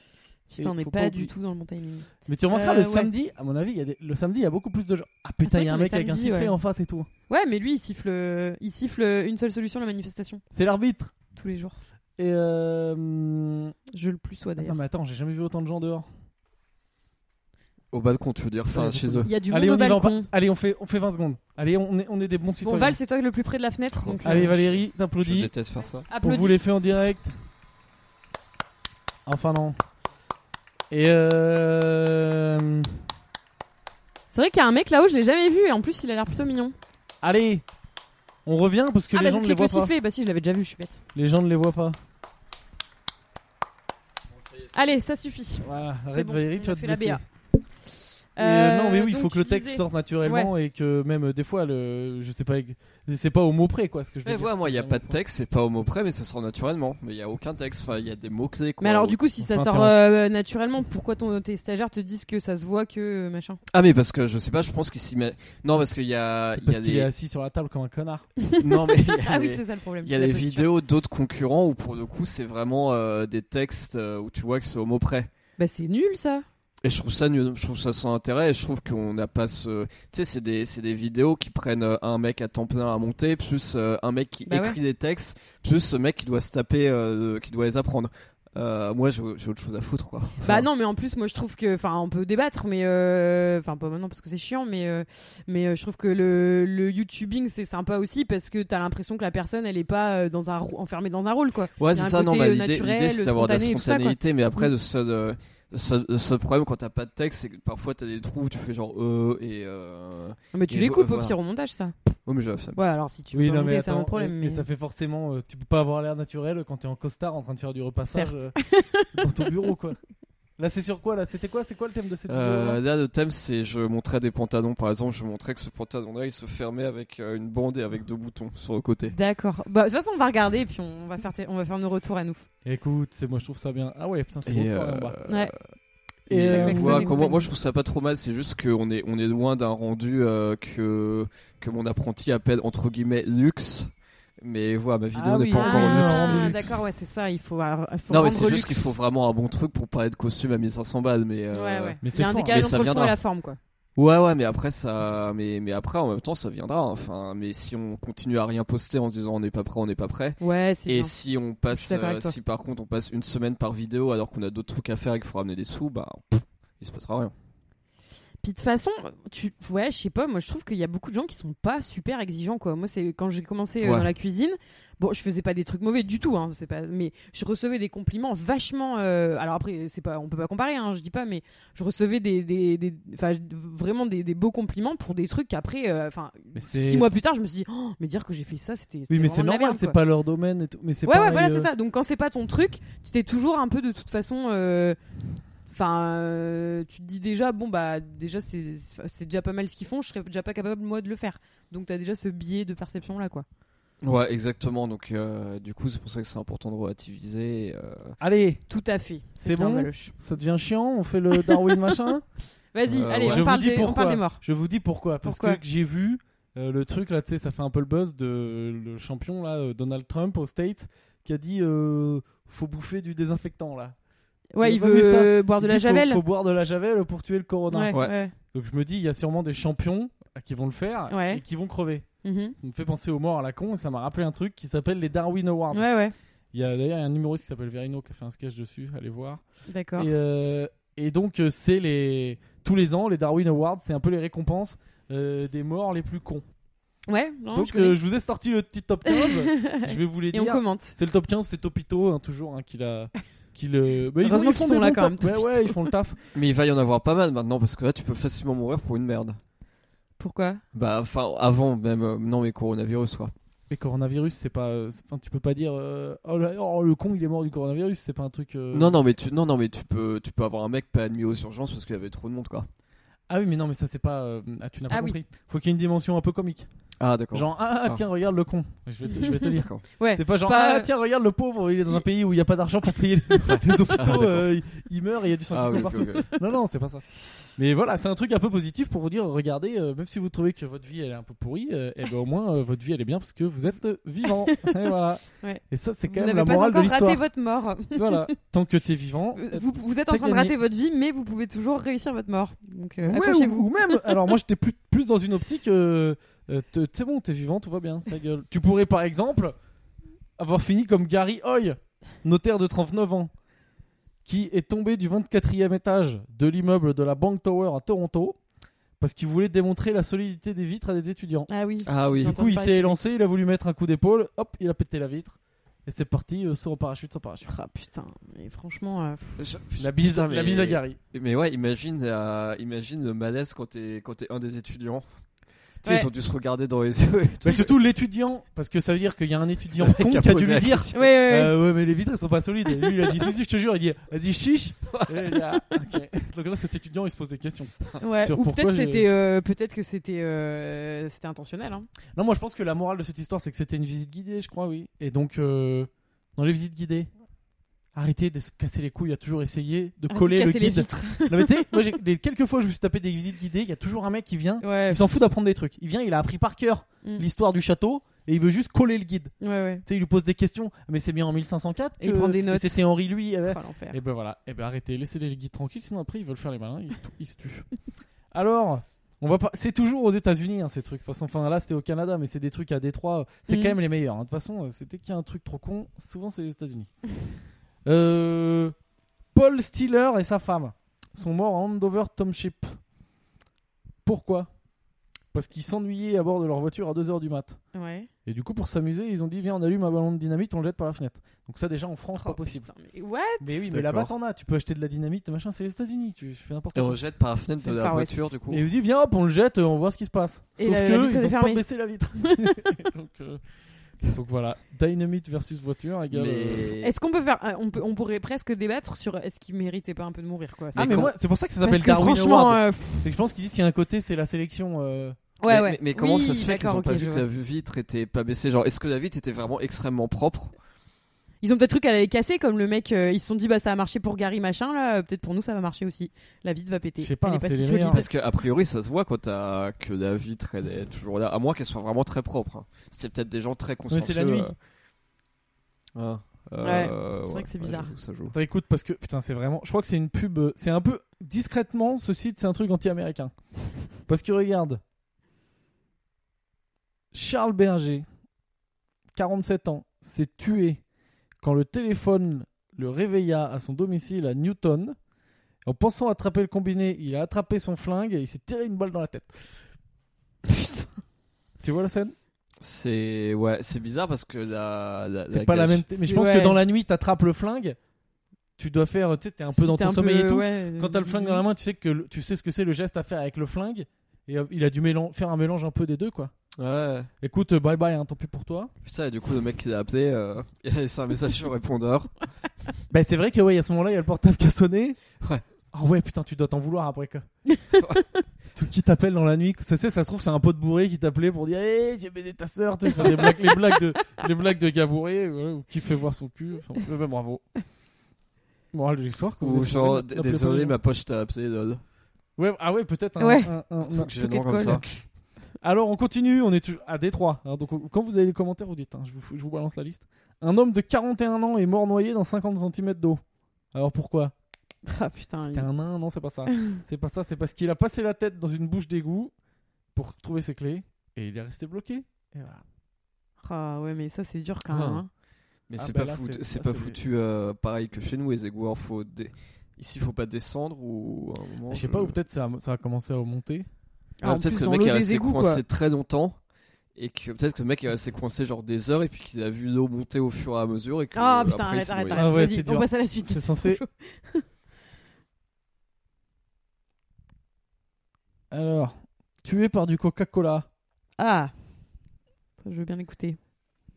S2: Putain, on
S1: faut
S2: n'est
S1: pas
S2: pas
S1: oublier.
S2: du tout dans le bon timing.
S1: Mais tu remarqueras le
S2: Euh, ouais.
S1: samedi, à mon avis, il y a des- le samedi, il y a beaucoup plus de gens. Ah
S2: c'est
S1: putain,
S2: vrai
S1: il y a un
S2: qu'on est
S1: mec avec un
S2: samedi,
S1: sifflet
S2: ouais.
S1: en face et tout.
S2: Ouais, mais lui il siffle, euh, il siffle une seule solution, la manifestation,
S1: C'est l'arbitre.
S2: tous les jours.
S1: Et euh... hum,
S2: Je le plus sois
S1: Non
S2: d'ailleurs.
S1: mais attends, j'ai jamais vu autant de gens dehors.
S3: Au balcon, tu veux dire, enfin
S1: Ouais,
S3: chez
S1: beaucoup.
S3: eux.
S2: Il y a du
S1: Allez, on
S2: monde
S1: y
S2: au
S1: va. on
S2: balcon.
S1: pa- Allez, on fait, on fait 20 secondes. Allez, on est, on est des bons
S2: Bon
S1: citoyens.
S2: Val, c'est toi le plus près de la fenêtre. donc, euh,
S1: Allez Valérie,
S3: Je
S1: t'applaudis.
S3: déteste faire ça.
S1: On
S2: applaudis.
S1: vous les fait en direct. Enfin non. Et euh...
S2: C'est vrai qu'il y a un mec là-haut, je l'ai jamais vu et en plus il a l'air plutôt mignon.
S1: Allez, on revient parce que
S2: ah
S1: les
S2: bah
S1: gens
S2: c'est
S1: ne les
S2: celui que
S1: voient
S2: le
S1: pas.
S2: sifflet. Bah si, je l'avais déjà vu, je suis bête.
S1: Les gens ne les voient pas.
S2: Allez, ça suffit.
S1: Voilà,
S2: C'est
S1: arrête
S2: bon,
S1: Valérie,
S2: on
S1: tu
S2: a
S1: vas
S2: Euh,
S1: te
S2: fait la
S1: blesser.
S2: BA.
S1: Et, euh, non mais oui, il faut que le texte sorte naturellement et que même euh, des fois, le, je sais pas, c'est pas au mot près quoi ce que je veux
S3: Mais
S1: dire,
S3: voilà, moi,
S1: c'est
S3: il n'y a
S1: au
S3: pas
S1: mot
S3: de
S1: près.
S3: texte, c'est pas au mot près, mais ça sort naturellement. Mais il n'y a aucun texte, enfin, il y a des mots-clés. quoi.
S2: Mais alors du coup, si ça
S1: Enfin,
S2: sort
S1: t'es en-
S2: euh, naturellement, pourquoi ton, tes stagiaires te disent que ça se voit que euh, machin
S3: Ah, mais parce que je sais pas, je pense qu'ils s'y mettent. Non, parce qu'il y a. Ah, il y
S1: Parce
S3: a
S1: qu'il
S3: des-
S1: est assis sur la table comme un connard.
S3: Non, mais il y a
S2: Ah oui,
S3: des-
S2: c'est ça le problème.
S3: Il y a
S2: c'est la
S3: des
S2: posture.
S3: vidéos d'autres concurrents où pour le coup c'est vraiment euh, des textes euh, où tu vois que c'est au mot près.
S2: Bah c'est nul ça.
S3: Et je trouve ça nul, je trouve ça sans intérêt et je trouve qu'on n'a pas ce. Tu sais, c'est des, c'est des vidéos qui prennent euh, un mec à temps plein à monter, plus euh, un mec qui
S2: Bah ouais.
S3: écrit des textes, plus ce mec qui doit se taper, euh, qui doit les apprendre. Euh, moi j'ai j'ai autre chose à foutre quoi.
S2: Bah non, mais en plus moi je trouve que, enfin on peut débattre, mais euh, enfin pas maintenant parce que c'est chiant, mais euh, mais euh, je trouve que le, le YouTubing c'est sympa aussi parce que t'as l'impression que la personne elle est pas euh, dans un rô- enfermée dans un rôle quoi.
S3: Ouais,
S2: Il y a
S3: c'est
S2: un
S3: ça, non,
S2: côté,
S3: bah,
S2: euh,
S3: l'idée,
S2: naturel,
S3: l'idée, c'est d'avoir de la
S2: spontané et tout ça, quoi. Mm.
S3: spontanéité, mais après, le seul, euh, le seul- le seul problème quand t'as pas de texte, c'est que parfois t'as des trous où tu fais genre euh et euh.
S2: Non, Mais tu
S3: Et
S2: les
S3: vo-
S2: coupes au
S3: voilà.
S2: pire au montage ça.
S3: Oh, mais j'ai la flemme.
S2: Ouais, alors si tu veux
S1: Oui,
S2: pas
S1: non,
S2: monter,
S1: mais
S2: c'est un
S1: attends,
S2: problème.
S1: et, et
S2: mais-
S1: ça fait forcément. euh, tu peux pas avoir l'air naturel quand t'es en costard en train de faire du repassage
S2: Certes.
S1: euh, dans ton bureau, quoi. Là, c'est sur quoi Là, c'était quoi C'est quoi le thème de cette vidéo
S3: Euh, là, le thème, c'est je montrais des pantalons, par exemple, je montrais que ce pantalon-là, il se fermait avec euh, une bande et avec deux boutons sur le côté.
S2: D'accord. Bah de toute façon on va regarder et puis on va faire tes- on va faire nos retours à nous.
S1: Écoute, c'est moi, je trouve ça bien. Ah ouais, putain, c'est
S3: Et,
S1: bon soir.
S3: euh,
S1: en bas.
S2: Ouais.
S3: et
S1: Et
S3: on
S1: ça
S3: voit
S1: klaxonne
S2: et
S3: comment-
S2: compagnie.
S3: moi, je trouve ça pas trop mal. C'est juste qu'on est, on est loin d'un rendu euh, que, que mon apprenti appelle entre guillemets luxe. Mais voilà, ma vidéo
S1: Ah
S3: n'est
S1: oui,
S3: pas
S1: ah,
S3: encore au luxe.
S1: rendu
S2: Ah,
S1: luxe.
S2: d'accord, ouais, c'est ça, il faut, alors, il faut
S3: Non, mais
S2: rendre
S3: c'est
S2: luxe.
S3: juste qu'il faut vraiment un bon truc pour parler de costume à 1500 balles. Mais, euh,
S2: Ouais, ouais.
S1: Mais
S2: Il y
S1: c'est
S2: a un
S1: fort.
S2: décalage
S3: Mais ça
S2: entre le fond et
S3: viendra.
S2: la forme, quoi.
S3: Ouais, ouais, mais après, ça. Mais, mais après, en même temps, ça viendra. hein. Enfin, mais si on continue à rien poster en se disant on n'est pas prêt, on n'est pas prêt.
S2: Ouais, c'est
S3: Et
S2: bien.
S3: si on
S2: Je
S3: passe,
S2: suis d'accord avec
S3: euh,
S2: toi.
S3: si par contre on passe une semaine par vidéo alors qu'on a d'autres trucs à faire et qu'il faut ramener des sous, bah pff, il se passera rien.
S2: Puis de toute façon, tu... ouais, je sais pas, moi je trouve qu'il y a beaucoup de gens qui sont pas super exigeants, quoi. Moi, c'est quand j'ai commencé euh,
S3: Ouais.
S2: dans la cuisine, bon, je faisais pas des trucs mauvais du tout, hein, c'est pas... mais je recevais des compliments vachement. euh, Alors après, c'est pas... on peut pas comparer, hein, je dis pas, mais je recevais des, des, des- enfin, vraiment des, des beaux compliments pour des trucs qu'après, euh, enfin,
S1: Mais c'est-
S2: six mois plus tard, je me suis dit, Oh, mais dire que j'ai fait ça, c'était.
S1: Oui,
S2: c'était
S1: mais c'est
S2: vraiment de la
S1: normal,
S2: merde,
S1: c'est
S2: quoi.
S1: pas leur domaine et tout. Mais c'est
S2: Ouais, ouais,
S1: pareil,
S2: voilà,
S1: euh,
S2: c'est ça. Donc quand c'est pas ton truc, tu t'es toujours un peu de toute façon. euh, Enfin, euh, tu te dis déjà, bon, bah, déjà, c'est c'est déjà pas mal ce qu'ils font, je serais déjà pas capable, moi, de le faire. Donc t'as déjà ce biais de perception là, quoi.
S3: Ouais, exactement. Donc euh, du coup, c'est pour ça que c'est important de relativiser. et, euh,
S1: Allez,
S2: Tout à fait.
S1: C'est
S2: bien,
S1: bon
S2: Valoche.
S1: ça devient chiant, on fait le Darwin machin.
S2: Vas-y,
S3: Euh,
S2: allez,
S3: ouais.
S1: Je
S2: on,
S1: vous
S2: parle
S1: dis
S2: des, on
S1: pourquoi.
S2: parle des morts.
S1: Je vous dis pourquoi. Parce
S2: Pourquoi
S1: que j'ai vu euh, le truc là, tu sais, ça fait un peu le buzz de le champion là, euh, Donald Trump aux States, qui a dit euh, faut bouffer du désinfectant là.
S2: Ouais,
S1: J'ai
S2: il
S1: pas vu
S2: veut
S1: ça.
S2: euh, boire
S1: Il dit,
S2: de la
S1: faut-
S2: javel.
S1: Faut, boire de la javel pour tuer le corona.
S2: Ouais,
S3: Ouais.
S2: ouais.
S1: Donc je me dis, il y a sûrement des champions euh, qui vont le faire
S2: Ouais.
S1: et qui vont crever.
S2: Mhm.
S1: Ça me fait penser aux morts à la con et ça m'a rappelé un truc qui s'appelle les Darwin Awards.
S2: Ouais, ouais.
S1: Il y a d'ailleurs il y a un humoriste qui s'appelle Verino qui a fait un sketch dessus, allez voir.
S2: D'accord.
S1: Et, euh, et donc, euh, c'est les tous les ans, les Darwin Awards, c'est un peu les récompenses euh, des morts les plus cons.
S2: Ouais, non,
S1: Donc
S2: Ah, je
S1: euh,
S2: connais.
S1: je, vous ai sorti le petit top 15. je vais vous les
S2: Et on
S1: dire.
S2: commente.
S1: C'est le top 15, c'est Topito, hein, toujours, hein, qui l'a. Qui le... Bah,
S2: Heureusement qu'ils sont
S1: des
S2: là
S1: bons
S2: quand même,
S1: tops. Ouais,
S2: Topito.
S1: ouais, ils font le taf.
S3: Mais il va y en avoir pas mal maintenant parce que là, tu peux facilement mourir pour une merde.
S2: Pourquoi
S3: Bah, enfin, avant même, euh, non, mais coronavirus, quoi.
S1: Mais coronavirus, c'est pas. euh, c'est- Enfin, tu peux pas dire. euh, oh, là- oh, le con, il est mort du coronavirus. C'est pas un truc. euh,
S3: Non, non, mais tu, non, non, mais tu peux, tu peux avoir un mec pas admis aux urgences parce qu'il y avait trop de monde, quoi.
S1: Ah oui, mais non, mais ça, c'est pas. euh, Ah, tu n'as pas
S2: Ah oui.
S1: compris. Faut qu'il y ait une dimension un peu comique.
S3: Ah, d'accord.
S1: Genre, ah, ah,
S3: Ah.
S1: tiens, regarde le con. Je vais te, je vais te lire.
S3: D'accord.
S2: Ouais.
S1: C'est pas genre,
S2: Pas-
S1: ah, tiens, regarde le pauvre, il est dans un pays où il n'y a pas d'argent pour payer les, les
S2: Ah,
S1: hôpitaux,
S3: d'accord.
S1: euh, il, il meurt et il y a du sang qui
S3: Ah,
S1: coule
S3: oui,
S1: partout.
S3: ok, ok.
S1: Non, non, c'est pas ça. Mais voilà, c'est un truc un peu positif pour vous dire, regardez, euh, même si vous trouvez que votre vie elle est un peu pourrie, et ben au moins euh, votre vie elle est bien parce que vous êtes vivant. et voilà.
S2: Ouais.
S1: Et ça, c'est quand
S2: Vous
S1: même la
S2: n'avez pas
S1: morale de
S2: encore raté
S1: l'histoire.
S2: votre mort.
S1: Voilà, tant que t'es vivant. euh,
S2: Vous, vous êtes en
S1: T'as
S2: train de
S1: gagné.
S2: rater votre vie, mais vous pouvez toujours réussir votre mort. Donc euh,
S1: ouais,
S2: accrochez-vous.
S1: ou, ou même, alors moi j'étais plus, plus dans une optique, euh, euh, te- c'est bon, t'es vivant, tout va bien, ta gueule. Tu pourrais par exemple avoir fini comme Gary Hoy, notaire de 39 ans, qui est tombé du 24e étage de l'immeuble de la Bank Tower à Toronto parce qu'il voulait démontrer la solidité des vitres à des étudiants.
S2: Ah oui.
S3: Ah oui.
S2: J'ai
S1: Du
S2: entendu
S1: coup, il
S2: parler de
S1: s'est
S2: ce
S1: lancé, il a voulu mettre un coup d'épaule, hop, il a pété la vitre. Et c'est parti, euh, sans parachute, sans parachute.
S2: mec. Ah putain, mais franchement, euh, pff,
S3: Je-
S1: La bise,
S3: Putain,
S1: la
S3: mais-
S1: bise à Gary.
S3: Mais ouais, imagine, euh, imagine le malaise quand t'es, quand t'es un des étudiants. Tu sais,
S2: Ouais.
S3: ils ont dû se regarder dans les yeux et tout.
S1: Mais surtout l'étudiant, parce que ça veut dire qu'il y a un étudiant
S3: Le mec
S1: con qui a dû
S3: posé la
S1: lui dire
S3: question.
S2: ouais, ouais, ouais.
S1: Euh, ouais, mais les vitres elles sont pas solides. Et lui il a dit si, si, je te jure, il dit vas-y, chiche. Et là, il dit, ah, ok. Donc là, cet étudiant il se pose des questions.
S2: Ouais,
S1: Euh, sur
S2: Ou
S1: pourquoi
S2: peut-être
S1: j'ai-
S2: c'était, euh, peut-être que c'était, euh, c'était intentionnel. Hein.
S1: Non, moi je pense que la morale de cette histoire c'est que c'était une visite guidée, je crois, oui. Et donc, euh, dans les visites guidées, arrêtez de se casser les couilles, à toujours essayer de
S2: Arrêtez de
S1: coller le
S2: casser les
S1: guide.
S2: vitres.
S1: Non, mais tu sais, moi j'ai- les quelques fois où je me suis tapé des visites guidées, il y a toujours un mec qui vient,
S2: Ouais,
S1: il s'en fout d'apprendre des trucs. Il vient, il a appris par cœur
S2: Mm.
S1: l'histoire du château et il veut juste coller le guide.
S2: ouais, ouais.
S1: Tu sais, il lui pose des questions, mais c'est bien en 1504.
S2: Et il
S1: que-
S2: prend des
S1: et
S2: notes.
S1: C'était Henri lui. euh,
S2: Oh, l'enfer.
S1: Et ben voilà, et ben arrêtez, laissez les guides tranquilles, sinon après ils veulent faire les malins, ils se, tou- ils se tuent. Alors, on va pas, c'est toujours aux États-Unis hein, ces trucs. De toute façon, enfin là c'était au Canada, mais c'est des trucs à Détroit, c'est
S2: Mhm.
S1: quand même les meilleurs. hein. De toute façon, euh, c'était qu'il y a un truc trop con, souvent c'est les États-Unis. Euh, Paul Stiller et sa femme sont morts à Andover Township. Pourquoi Parce qu'ils s'ennuyaient à bord de leur voiture à 2h du mat.
S2: Ouais.
S1: Et du coup, pour s'amuser, ils ont dit Viens, on allume un ballon de dynamite, on le jette par la fenêtre. Donc, ça, déjà en France,
S2: Oh,
S1: pas possible.
S2: putain, mais what
S1: Mais oui, mais
S3: D'accord.
S1: là-bas t'en as, tu peux acheter de la dynamite, machin, c'est les États-Unis, tu je fais n'importe
S3: Et on
S1: quoi.
S3: jette par la fenêtre
S2: C'est
S3: de
S2: le
S3: la
S2: Far West.
S3: voiture, du coup.
S1: Et il dit viens hop, on le jette, on voit ce qui se passe.
S2: Et
S1: Sauf
S2: la-
S1: que
S2: la vitre,
S1: ils
S2: elle est
S1: ont pas
S2: fermée.
S1: baissé la vitre. donc, euh, donc voilà, dynamite versus voiture, les gars. euh.
S3: Mais...
S2: Est-ce qu'on peut faire, euh, on, peut, on pourrait presque débattre sur est-ce qu'il méritait pas un peu de mourir quoi.
S1: Ah
S2: C'est-
S1: mais
S3: con.
S1: moi, c'est pour ça que ça
S2: Parce
S1: s'appelle
S2: que
S1: Darwin
S2: franchement,
S1: Award.
S2: euh, pff,
S1: C'est que je pense qu'ils disent qu'il y a un côté, c'est la sélection. euh,
S2: ouais,
S3: mais,
S2: ouais.
S3: mais- mais comment
S2: Oui,
S3: ça se fait qu'ils
S2: d'accord,
S3: ont pas
S2: ok,
S3: vu
S2: je
S3: que
S2: vois.
S3: la vitre était pas baissée Genre, est-ce que la vitre était vraiment extrêmement propre
S2: Ils ont peut-être cru qu'elle allait casser, comme le mec, euh, ils se sont dit bah ça a marché pour Gary machin là, euh, peut-être pour nous ça va marcher aussi. La vitre va péter.
S1: Je sais pas, hein,
S2: Elle est
S1: c'est
S2: si
S1: les
S2: solide.
S1: meilleurs.
S3: Parce que a priori, ça se voit quand t'as que la vitre elle est toujours là, à moins qu'elle soit vraiment très propre. hein. C'est peut-être des gens très
S1: la
S3: consciencieux.
S1: nuit.
S3: euh. Ah,
S2: Ouais,
S3: euh,
S2: c'est vrai
S3: ouais,
S2: que c'est
S3: ouais,
S2: bizarre.
S3: j'avoue que ça joue.
S1: Attends, écoute, parce que putain, c'est vraiment. Je crois que c'est une pub. euh, C'est un peu discrètement, ce site, c'est un truc anti-américain. Parce que regarde, Charles Berger, 47 ans, s'est tué quand le téléphone le réveilla à son domicile à Newton. En pensant attraper le combiné, il a attrapé son flingue et il s'est tiré une balle dans la tête. Tu vois la scène
S3: C'est ouais, c'est bizarre parce que la, la-
S1: C'est
S3: la
S1: pas la
S3: gage-
S1: même. Mais je
S2: C'est-
S1: pense
S2: ouais.
S1: que dans la nuit, t'attrapes le flingue, tu dois faire. Tu sais, t'es un peu dans
S2: C'était
S1: ton
S2: un
S1: sommeil
S2: peu,
S1: et tout.
S2: ouais,
S1: Quand t'as le flingue dans la main, tu sais que le- tu sais ce que c'est le geste à faire avec le flingue. Et euh, il a dû mélan- faire un mélange un peu des deux, quoi.
S3: Ouais.
S1: Écoute, euh, bye bye, hein, tant pis pour toi.
S3: Putain, et du coup le mec qui l'a appelé, euh, il a laissé un message sur répondeur.
S1: Bah, c'est vrai que, ouais, à ce moment-là, il y a le portable qui a sonné.
S3: Ouais.
S1: Ah ouais, putain, tu dois t'en vouloir après, quoi. C'est tout qui t'appelle dans la nuit. Ça, c'est- ça se trouve, c'est un pot de bourré qui t'appelait pour dire Hé, j'ai baisé ta sœur. Tu sais, enfin, des blagues- les, blagues de, les blagues de gars bourrés, voilà, ou qui fait voir son cul. Enfin, ouais, bah, bravo. Morale de l'histoire, quoi. Vous
S3: Ou
S1: êtes
S3: genre,
S1: trouvé, n'appelez
S3: d-
S1: pas les
S3: désolé,
S1: gens.
S3: ma poche t'a appelé. lol.
S1: Ouais, ah ouais, peut-être un-
S2: Ouais.
S1: un- un-
S3: Un truc
S2: Pocket
S3: gênant comme ça.
S1: Alors on continue, on est toujours à Détroit. hein, donc on- quand vous avez des commentaires, vous dites, hein, je, vous, fous- je vous balance la liste. Un homme de 41 ans est mort noyé dans 50 cm d'eau. Alors pourquoi
S2: Ah putain.
S1: C'était un nain Non, c'est pas ça. c'est pas ça, c'est parce qu'il a passé la tête dans une bouche d'égout pour trouver ses clés et il est resté bloqué. Et voilà.
S2: Ah ouais, mais ça c'est dur quand même.
S3: Ah.
S2: hein.
S3: Mais
S1: Ah
S3: c'est
S1: bah
S3: pas,
S1: là,
S3: foutu,
S1: c'est-
S3: c'est
S1: là,
S3: pas
S1: c'est des-
S3: foutu euh, pareil que chez nous, les égouts. alors faut dé- Ici, faut pas descendre ou à un moment.
S1: je sais pas, ou peut-être ça, a- ça a commencé à monter.
S3: Ah,
S2: en
S3: peut-être
S2: plus,
S3: que le
S2: dans
S3: mec
S2: l'eau
S3: est
S2: des
S3: resté
S2: égouts,
S3: coincé très longtemps et que peut-être que le mec euh, s'est coincé genre des heures et puis qu'il a vu l'eau monter au fur et à mesure et que
S2: Ah
S3: euh,
S2: putain,
S3: après, il
S2: arrête,
S3: s'est
S2: arrête,
S3: noyé.
S2: arrête.
S1: Ah ouais,
S2: Vas-y,
S1: c'est
S2: on
S1: dur.
S2: passe à la suite.
S1: C'est censé-
S2: trop chaud.
S1: Alors, tué par du Coca-Cola.
S2: Ah, Ça, je veux bien écouter.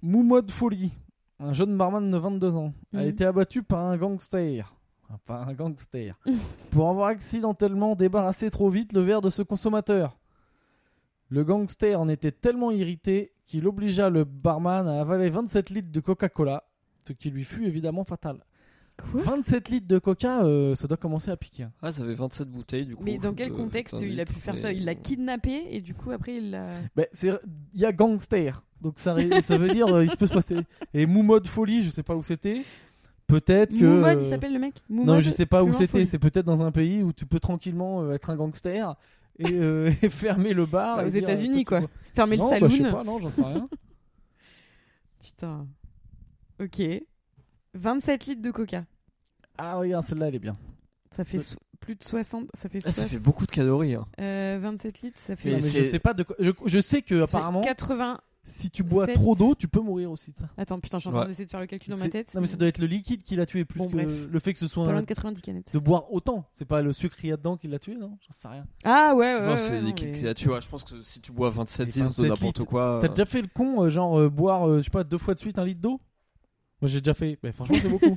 S1: Moumois de folie, un jeune barman de 22 ans, a
S2: Mhm.
S1: été abattu par un gangster. Ah, Par un gangster. pour avoir accidentellement débarrassé trop vite le verre de ce consommateur. Le gangster en était tellement irrité qu'il obligea le barman à avaler 27 litres de Coca-Cola, ce qui lui fut évidemment fatal.
S2: Quoi
S1: 27 litres de Coca, euh, ça doit commencer à piquer. hein.
S3: Ah, ça fait 27 bouteilles du coup.
S2: Mais dans quel
S3: euh,
S2: contexte
S3: putain,
S2: il a
S3: litre,
S2: pu faire
S3: mais-
S2: ça Il l'a kidnappé et du coup après il l'a.
S1: Ben, c'est- il y a gangster, donc ça, ré- ça veut dire euh, il se peut se passer. Et Moumois de folie, je sais pas où c'était. Peut-être que.
S2: Moumod, il
S1: euh,
S2: s'appelle le mec
S1: Non,
S2: Moumod
S1: je sais pas où
S2: plus loin,
S1: c'était.
S2: folie.
S1: C'est peut-être dans un pays où tu peux tranquillement euh, être un gangster et, euh, et fermer le bar.
S2: Bah,
S1: et
S2: aux
S1: dire, euh,
S2: États-Unis,
S1: t'as-
S2: quoi. Fermer
S1: Non,
S2: le
S1: bah,
S2: saloon.
S1: je sais pas, non, j'en sais rien.
S2: Putain. Ok. 27 litres de coca.
S1: Ah, regarde, celle-là, elle est bien.
S2: Ça fait
S1: C'est-
S2: so- plus de 60. Ça fait,
S3: Ah, ça
S2: soix-
S3: fait beaucoup de calories. hein.
S2: Euh, 27 litres, ça fait.
S1: Non,
S3: Et
S1: mais je
S3: c'est-
S1: sais pas de quoi- Je, je sais que, apparemment,
S2: 80.
S1: si tu bois
S2: sept.
S1: trop d'eau, tu peux mourir aussi. de ça.
S2: Attends, putain, je suis en train
S3: Ouais.
S2: d'essayer de faire le calcul dans ma
S1: C'est-
S2: tête.
S1: Non, mais ça doit être euh, le liquide qui l'a tué plus
S2: Bon,
S1: que
S2: bref.
S1: le fait que ce soit
S2: Pas
S1: un-
S2: loin de 90 canettes.
S1: de boire autant. C'est pas le sucre qu'il y a dedans qui l'a tué, non J'en sais rien.
S2: Ah ouais, ouais.
S3: non,
S2: ouais,
S3: c'est
S2: ouais,
S3: les
S2: non,
S3: liquides
S2: mais-
S3: qu'il y a. Tu vois, je pense que si tu bois 27
S1: Et
S3: litres ou
S1: 27
S3: n'importe
S1: litres.
S3: quoi.
S1: T'as
S3: euh,
S1: déjà fait le con, euh, genre euh, boire, euh, je sais pas, deux fois de suite un litre d'eau Moi, j'ai déjà fait. Mais franchement, c'est beaucoup.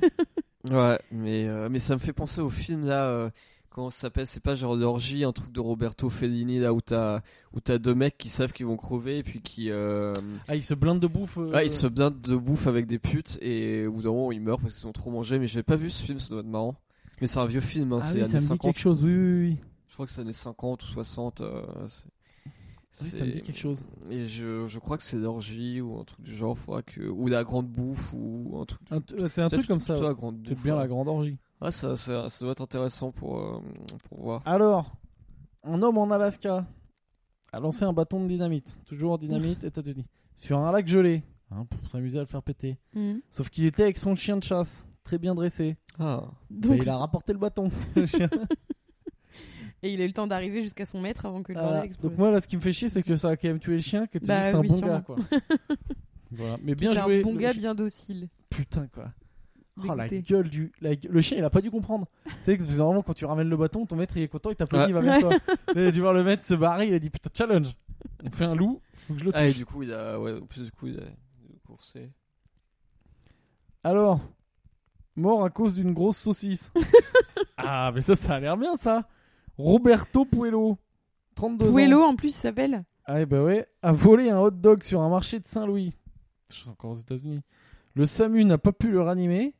S3: Ouais, mais, euh, mais ça me fait penser au film là. euh, comment ça s'appelle C'est pas genre l'orgie, un truc de Roberto Fellini là où t'as où t'as deux mecs qui savent qu'ils vont crever et puis qui. euh,
S1: ah, il se blinde de bouffe. euh,
S3: Ouais, Ah, ils se blindent de bouffe avec des putes et au bout d'un moment ils meurent parce qu'ils ont trop mangé. Mais j'ai pas vu ce film, ça doit être marrant. Mais c'est un vieux film, hein,
S1: Ah
S3: c'est
S1: oui, ça
S3: années
S1: me dit
S3: 50.
S1: quelque chose, oui, oui, oui.
S3: Je crois que c'est années 50 ou 60. euh, c'est-
S1: Oui,
S3: c'est-
S1: ça me dit quelque chose.
S3: Et je, je crois que c'est l'orgie ou un truc du genre, faudra que. Ou la grande bouffe ou un truc.
S1: Un t- euh, c'est un truc
S3: Peut-être
S1: comme ça.
S3: plutôt
S1: ouais.
S3: la grande
S1: C'est
S3: bouffe,
S1: bien
S3: ouais.
S1: la grande orgie.
S3: Ah, ça, ça, ça doit être intéressant pour, euh, pour voir.
S1: Alors, un homme en Alaska a lancé un bâton de dynamite, toujours en dynamite, États-Unis, sur un lac gelé, hein, pour s'amuser à le faire péter.
S2: Mhm.
S1: Sauf qu'il était avec son chien de chasse, très bien dressé.
S3: Ah.
S1: Bah,
S2: Donc,
S1: il a rapporté le bâton. le chien.
S2: Et il a eu le temps d'arriver jusqu'à son maître avant que le
S1: Voilà.
S2: bordel explose.
S1: Donc moi là, ce qui me fait chier, c'est que ça a quand même tué le chien, que t'es
S2: Bah
S1: juste un
S2: oui,
S1: bon
S2: sûrement.
S1: gars, quoi. Voilà. Mais bien
S2: T'es
S1: joué.
S2: un bon
S1: le
S2: gars
S1: chien.
S2: bien docile.
S1: Putain quoi. Oh, la
S2: Dégoûté.
S1: gueule du. la gue- Le chien, il a pas dû comprendre. Tu sais que normalement, quand tu ramènes le bâton, ton maître, il est content, il t'applaudit,
S3: Ouais.
S1: il va vers toi. Là, il a dû voir le maître se barrer, il a dit putain, challenge. On fait un loup, faut que je le
S3: Ah, et du coup, il a. Ouais, en plus, du coup, il a. il a
S1: Mm.
S3: coursé.
S1: Alors, mort à cause d'une grosse saucisse. ah, mais ça, ça a l'air bien ça. Roberto Puello, 32 ans.
S2: Puello en plus il s'appelle.
S1: Ah, eh ben ouais, a volé un hot dog sur un marché de Saint-Louis. Je suis encore aux États-Unis. Le SAMU n'a pas pu le ranimer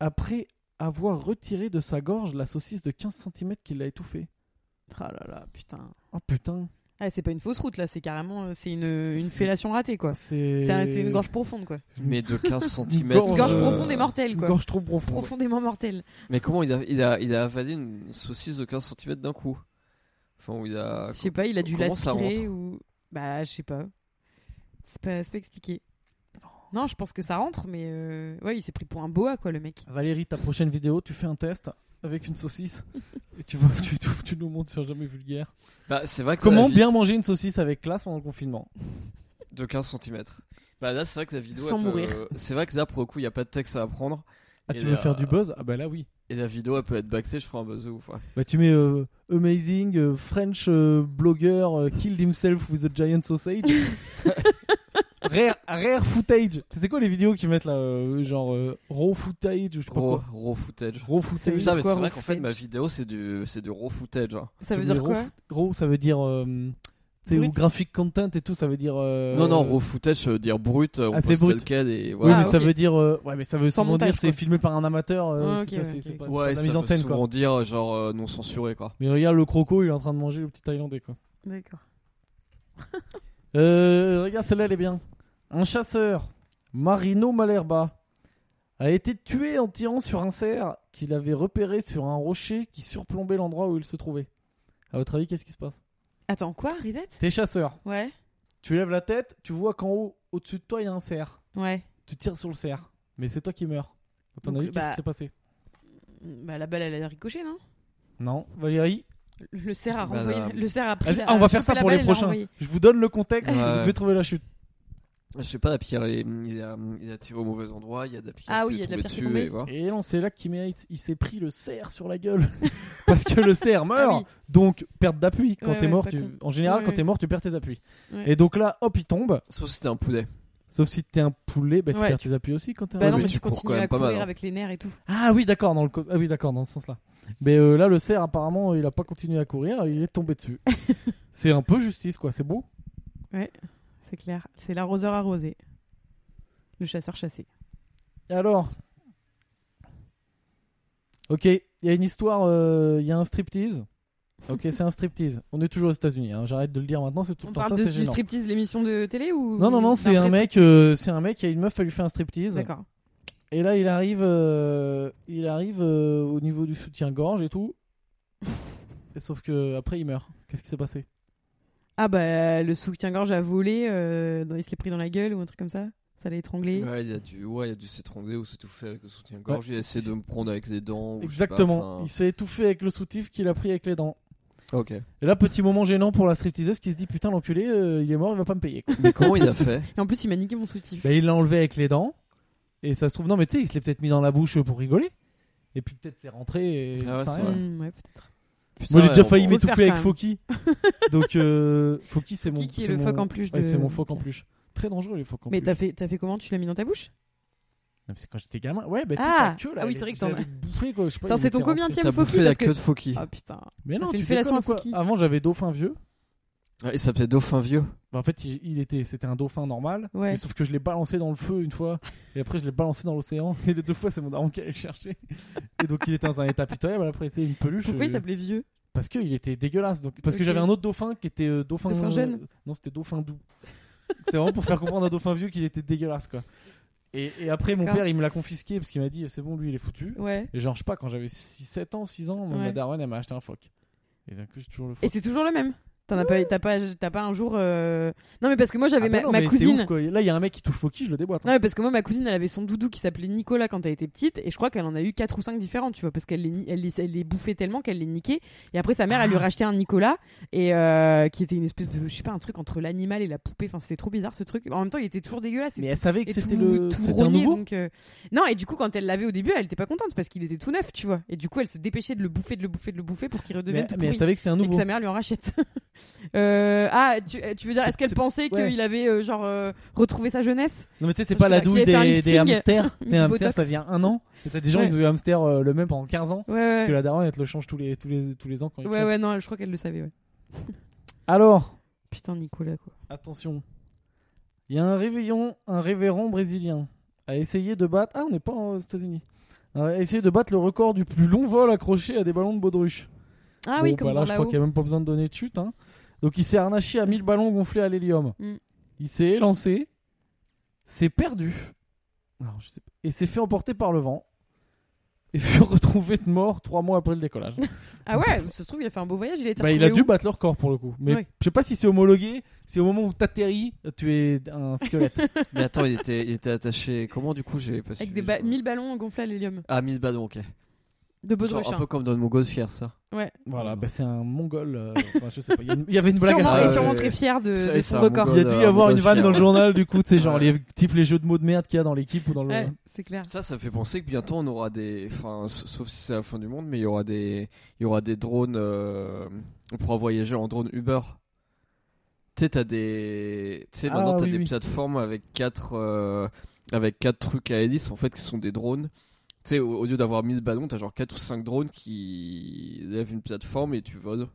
S1: après avoir retiré de sa gorge la saucisse de 15 cm qui l'a étouffé.
S2: Oh là là, putain.
S1: Oh putain,
S2: Ah, c'est pas une fausse route là, c'est carrément euh, c'est une, une
S1: C'est-
S2: fellation ratée quoi.
S1: c'est.
S2: C'est un- c'est une gorge profonde quoi.
S3: Mais de 15 cm.
S1: gorge,
S2: Une gorge
S1: euh,
S2: profonde et mortelle
S1: Une
S2: quoi.
S1: gorge trop profonde.
S2: Profondément mortelle.
S3: Mais comment il a, il a, il a avalé une saucisse de 15 cm d'un coup Enfin, où il a.
S1: Ah,
S2: Je sais pas, il a dû
S3: Comment ça
S2: l'aspirer
S3: rentre
S2: ou. Bah, je sais pas. C'est pas, c'est pas expliqué. Non, je pense que ça rentre, mais euh, ouais, il s'est pris pour un boa quoi le mec.
S1: Valérie, ta prochaine vidéo, tu fais un test avec une saucisse et tu, vois, tu, tu- tu nous montres sur Jamais Vulgaire.
S3: Bah, c'est vrai que. la
S1: Comment
S3: vi-
S1: bien manger une saucisse avec classe pendant le confinement
S3: De 15 cm. Bah, là, c'est vrai que la vidéo.
S2: Sans
S3: elle peut- euh,
S2: mourir.
S3: C'est vrai que là, pour le coup, il n'y a pas de texte à apprendre.
S1: Ah,
S3: Et
S1: tu veux
S3: la-
S1: faire du buzz Ah, bah là, oui.
S3: Et la vidéo, elle peut être baxée, je ferai un buzz de ouf. ouais.
S1: Bah, tu mets euh, Amazing, euh, French euh, blogger euh, killed himself with a giant sausage. rare, rare footage. C'est quoi les vidéos qu'ils mettent là euh, Genre euh, raw footage ou je sais pas
S3: Raw,
S1: quoi.
S3: raw footage.
S1: Raw footage.
S3: Putain, mais
S2: quoi,
S3: c'est vrai
S2: raw
S3: qu'en fait,
S2: footage
S3: ma vidéo, c'est du, c'est du raw footage. hein.
S2: Ça veut
S1: Ah, Tu
S2: dire
S1: mets raw
S2: quoi
S1: foot- Raw, ça veut dire. euh, tu sais, ou
S2: Brut.
S1: graphic content et tout, ça veut dire. euh,
S3: Non, non, raw footage, ça veut dire brut, euh, on
S1: Ah, c'est
S3: poste
S1: brut.
S3: tel quel et
S1: Oui,
S3: voilà.
S1: mais
S2: Ah,
S1: ça
S2: ok.
S1: veut dire. euh, ouais, mais ça veut
S2: Sans
S1: souvent
S2: montage,
S1: dire c'est
S2: quoi.
S1: filmé par un amateur. euh,
S2: Ah,
S1: c'est-
S2: ok,
S1: c'est- c'est
S2: ok, ok.
S1: pas- c'est pas
S3: Ouais,
S1: de la
S3: ça
S1: mise en
S3: veut
S1: scène quoi.
S3: souvent dire euh, genre euh, non censuré quoi.
S1: Mais regarde le croco, il est en train de manger le petit Thaïlandais quoi.
S2: D'accord.
S1: Euh, regarde celle-là, elle est bien. Un chasseur, Marino Malerba, a été tué en tirant sur un cerf qu'il avait repéré sur un rocher qui surplombait l'endroit où il se trouvait. À votre avis, qu'est-ce qui se passe
S2: Attends, quoi, Rivette
S1: T'es chasseur,
S2: Ouais,
S1: tu lèves la tête, tu vois qu'en haut, au-dessus de toi, il y a un cerf.
S2: ouais.
S1: Tu tires sur le cerf, mais c'est toi qui meurs. À ton
S2: Donc,
S1: avis, qu'est-ce
S2: bah-
S1: qui s'est passé
S2: Bah, la balle elle a ricoché, non
S1: Non, Valérie
S2: Le cerf a
S3: Bah,
S2: renvoyé.
S3: là.
S2: Le cerf a pris.
S1: Vas-y,
S2: la-
S1: ah, on va faire
S2: chopé
S1: ça
S2: la
S1: pour
S2: balle
S1: les
S2: hein, et l'a
S1: prochains.
S2: renvoyée.
S1: Je vous donne le contexte,
S3: Ouais.
S1: vous devez trouver la chute.
S3: Je sais pas, Dapir, il, il a, il a tiré au mauvais endroit, il y a Dapir
S2: Ah
S3: qui
S2: oui, il y
S3: est
S2: a de la
S3: tombé
S2: pierre qui est
S3: dessus.
S2: tombée.
S3: et voilà.
S1: Et non, c'est là qu'il mérite. Il s'est pris le cerf sur la gueule. Parce que le cerf meurt,
S2: Ah oui.
S1: donc perte d'appui. Quand
S2: Ouais,
S1: t'es
S2: ouais,
S1: mort,
S2: pas
S1: tu...
S2: con.
S1: en général,
S2: Ouais,
S1: quand
S2: ouais.
S1: t'es mort, tu perds tes appuis.
S2: Ouais.
S1: Et donc là, hop, il tombe.
S3: Sauf si c'était un poulet.
S1: Sauf si t'es un poulet, bah, tu
S2: Ouais,
S1: perds tes appuis aussi quand t'es un
S2: Bah
S3: Ouais,
S2: non,
S3: mais
S2: mais
S3: tu
S2: tu
S3: cours
S2: continues
S3: quand même
S2: à
S3: pas mal,
S2: courir
S3: hein.
S2: avec les nerfs et tout.
S1: Ah oui, d'accord, dans le co- ah oui, d'accord, dans ce sens-là. Mais euh, là, le cerf, apparemment, il a pas continué à courir, il est tombé dessus. c'est un peu justice, quoi. C'est beau.
S2: C'est clair. C'est l'arroseur arrosé. Le chasseur chassé.
S1: Et alors, ok, il y a une histoire, euh, il y a un striptease. Ok, c'est un striptease. On est toujours aux États-Unis. hein, J'arrête de le dire maintenant. C'est tout
S2: On
S1: le temps ça.
S2: parle de,
S1: C'est
S2: du
S1: gênant.
S2: striptease, l'émission de télé ou
S1: Non, non, non.
S2: d'un
S1: C'est un
S2: vrai
S1: mec. euh, c'est un mec. Il y a une meuf. Elle lui fait un
S2: strip-
S1: striptease.
S2: D'accord.
S1: Et là, il arrive, euh, il arrive euh, au niveau du soutien-gorge et tout. Et sauf que après, il meurt. Qu'est-ce qui s'est passé
S2: Ah bah le soutien-gorge a volé, euh, dans- il se l'est pris dans la gueule ou un truc comme ça. Ça l'a étranglé.
S3: Ouais, il y a du, ouais, il y a dû s'étrangler ou s'étouffer avec le soutien-gorge. Il a essayé de me prendre avec des dents. Ou je sais pas,
S1: Exactement.
S3: enfin.
S1: il s'est étouffé avec le soutif qu'il a pris avec les dents.
S3: Ok.
S1: Et là, petit moment gênant pour la stripteaseuse qui se dit putain, l'enculé, euh, il est mort, il va pas me payer. quoi.
S3: Mais comment il a fait
S2: Et en plus il m'a niqué mon soutif.
S1: Bah, il l'a enlevé avec les dents. Et ça se trouve, non, mais tu sais, il se l'est peut-être mis dans la bouche pour rigoler. Et puis peut-être c'est rentré. Et
S3: Ah ouais,
S1: ça,
S3: c'est
S1: rien.
S3: vrai.
S2: Hmm, ouais, peut-être.
S1: Moi,
S3: Putain,
S1: j'ai déjà
S3: on-
S1: failli
S2: Faut le faire,
S1: m'étouffer avec
S2: quand même.
S1: Foki. Donc, euh, Foki, c'est mon.
S2: Qui, qui est
S1: c'est
S2: le
S1: mon-
S2: phoque en plus
S1: Ouais,
S2: de-
S1: c'est mon phoque en
S2: de-
S1: plus. Très dangereux, les phoques en
S2: Mais
S1: peluche.
S2: t'as fait, t'as fait comment Tu l'as mis dans ta bouche
S1: Non, mais c'est quand j'étais gamin. Ouais, bah tu sais,
S2: Ah.
S1: sa queue là.
S2: Ah oui,
S1: elle
S2: c'est vrai
S1: est-
S2: que t'en
S1: je l'avais bouffée, quoi. Je sais pas,
S2: Attends,
S1: il
S2: c'est ton
S1: était rentré.
S2: combientième
S3: T'as
S2: Foki
S3: bouffé la
S2: parce que-
S3: queue de Foki.
S2: Ah putain.
S1: Mais non,
S2: fait
S1: tu
S2: une fellation
S1: déconnes
S2: à
S1: ou quoi
S2: Fouki.
S1: Avant, j'avais dauphin vieux.
S3: Ah, Il s'appelait Dauphin Vieux.
S1: Bah, en fait, il, il était, c'était un dauphin normal.
S2: Ouais.
S1: Mais sauf que je l'ai balancé dans le feu une fois. Et après, je l'ai balancé dans l'océan. Et les deux fois, c'est mon daron qui allait le chercher. Et donc, il était dans un état pitoyable. Après, c'est une peluche.
S2: Pourquoi il
S1: euh,
S2: s'appelait vieux
S1: Parce qu'il était dégueulasse. Donc, parce que
S2: Ok.
S1: j'avais un autre dauphin qui était euh, dauphin.
S2: Dauphin jeune
S1: euh, Non, c'était dauphin doux. C'était vraiment pour faire comprendre à dauphin vieux qu'il était dégueulasse, quoi. Et, et après, mon
S2: D'accord.
S1: père, il me l'a confisqué parce qu'il m'a dit c'est bon, lui, il est foutu.
S2: Ouais.
S1: Et genre, je sais pas, quand j'avais 6, 7 ans, 6 ans, ma
S2: Ouais.
S1: daronne, elle m'a acheté un phoque. Et d'un coup, j'ai toujours le
S2: Et
S1: phoque.
S2: c'est toujours le même. T'en as pas, t'as pas, t'as pas un jour. euh, Non mais parce que moi j'avais
S1: Ah
S2: ma,
S1: bah non,
S2: ma
S1: mais c'est
S2: cousine.
S1: ouf, quoi. Là, il y a un mec qui touche Foki, je le déboîte. hein.
S2: Non, mais parce que moi, ma cousine, elle avait son doudou qui s'appelait Nicolas quand elle était petite, et je crois qu'elle en a eu 4 ou 5 différents, tu vois, parce qu'elle les, ni- elle les, elle les bouffait tellement qu'elle les niquait. Et après, sa mère, elle lui
S1: Ah.
S2: rachetait un Nicolas, et euh, qui était une espèce de, je sais pas, un truc entre l'animal et la poupée. Enfin, c'était trop bizarre ce truc. En même temps, il était toujours dégueulasse.
S1: Mais
S2: et
S1: elle savait que
S2: et tout-
S1: c'était le.
S2: tout
S1: C'était un
S2: rogné,
S1: nouveau.
S2: donc, euh, Non, et du coup, quand elle l'avait au début, elle était pas contente parce qu'il était tout neuf, tu vois. Et du coup, elle se dépêchait de le bouffer, de le bouffer, de le bouffer pour qu'il redevienne
S1: Mais,
S2: tout
S1: mais elle
S2: pourri.
S1: savait que c'était un
S2: Et que
S1: nouveau.
S2: sa mère lui en rachète. Euh, ah, tu, tu veux dire, est-ce qu'elle
S1: c'est-
S2: pensait
S1: ouais.
S2: qu'il avait euh, genre euh, retrouvé sa jeunesse
S1: Non, mais tu sais, c'est
S2: Je
S1: pas
S2: sais
S1: la
S2: pas, qui
S1: douille
S2: avait fait un
S1: des,
S2: lifting,
S1: des hamsters.
S2: du
S1: Tu sais, un hamster,
S2: botox.
S1: ça vient un an. Et T'as des gens,
S2: Ouais.
S1: ils ont eu un hamster euh, le même pendant 15 ans.
S2: Ouais,
S1: Parce
S2: ouais.
S1: que la daronne, elle te le change tous les, tous les, tous les ans quand il
S2: Ouais,
S1: crève.
S2: ouais, non, je crois qu'elle le savait, ouais.
S1: Alors,
S2: Putain, Nicolas, quoi.
S1: attention. Il y a un réveillon, un révérend brésilien a essayé de battre. Ah, on n'est pas aux États-Unis. A essayé de battre le record du plus long vol accroché à des ballons de baudruche.
S2: Ah
S1: Bon,
S2: oui, comme
S1: bah là,
S2: dans
S1: je
S2: la
S1: crois qu'il n'y a même pas besoin de donner de chute. hein. Donc, il s'est harnaché à 1000 ballons gonflés à l'hélium.
S2: Mm.
S1: Il s'est élancé, s'est perdu, Alors, je sais pas. et s'est fait emporter par le vent. Et fut retrouvé de mort trois mois après le décollage.
S2: Ah ouais, ça se trouve, il a fait un beau voyage, il a été
S1: Bah, il a
S2: retrouvé
S1: dû
S2: où Ah
S1: battre leur corps pour le coup. Mais
S2: Ouais.
S1: je sais pas si c'est homologué. C'est au moment où t'atterris, tu es un squelette.
S3: Mais attends, il était, il était attaché. Comment du coup j'ai pas
S2: Avec
S3: su-
S2: des ba-
S3: je-
S2: 1000 ballons gonflés à l'hélium.
S3: Ah, 1000 ballons, ok.
S2: De Baudruche.
S3: Genre un
S2: hein.
S3: peu comme dans le Mongo de fier ça.
S2: Ouais.
S1: voilà, bah, c'est un mongol. euh, enfin, je sais pas. Il y a une- il y avait une blague euh,
S2: Sûrement,
S1: à
S3: Ah,
S2: et
S1: faire.
S3: ouais.
S2: sûrement très fier de,
S3: C'est-
S2: de
S3: c'est
S2: son
S3: un
S2: record.
S1: Il y a dû y avoir une vanne dans le journal du coup, tu sais, genre
S3: Ouais.
S1: les types les jeux de mots de merde qu'il y a dans l'équipe ou dans le.
S2: Ouais, c'est clair.
S3: Ça, ça me fait penser que bientôt on aura des. Enfin, s- sauf si c'est la fin du monde, mais il y aura des, il y aura des drones. euh, On pourra voyager en drone Uber. Tu sais, t'as des. Tu sais,
S1: Ah,
S3: maintenant t'as
S1: oui,
S3: des
S1: oui.
S3: plateformes avec quatre, euh, avec quatre trucs à hélice en fait qui sont des drones. Tu sais, au, au lieu d'avoir 1000 ballons, t'as genre 4 ou 5 drones qui lèvent une plateforme et tu voles.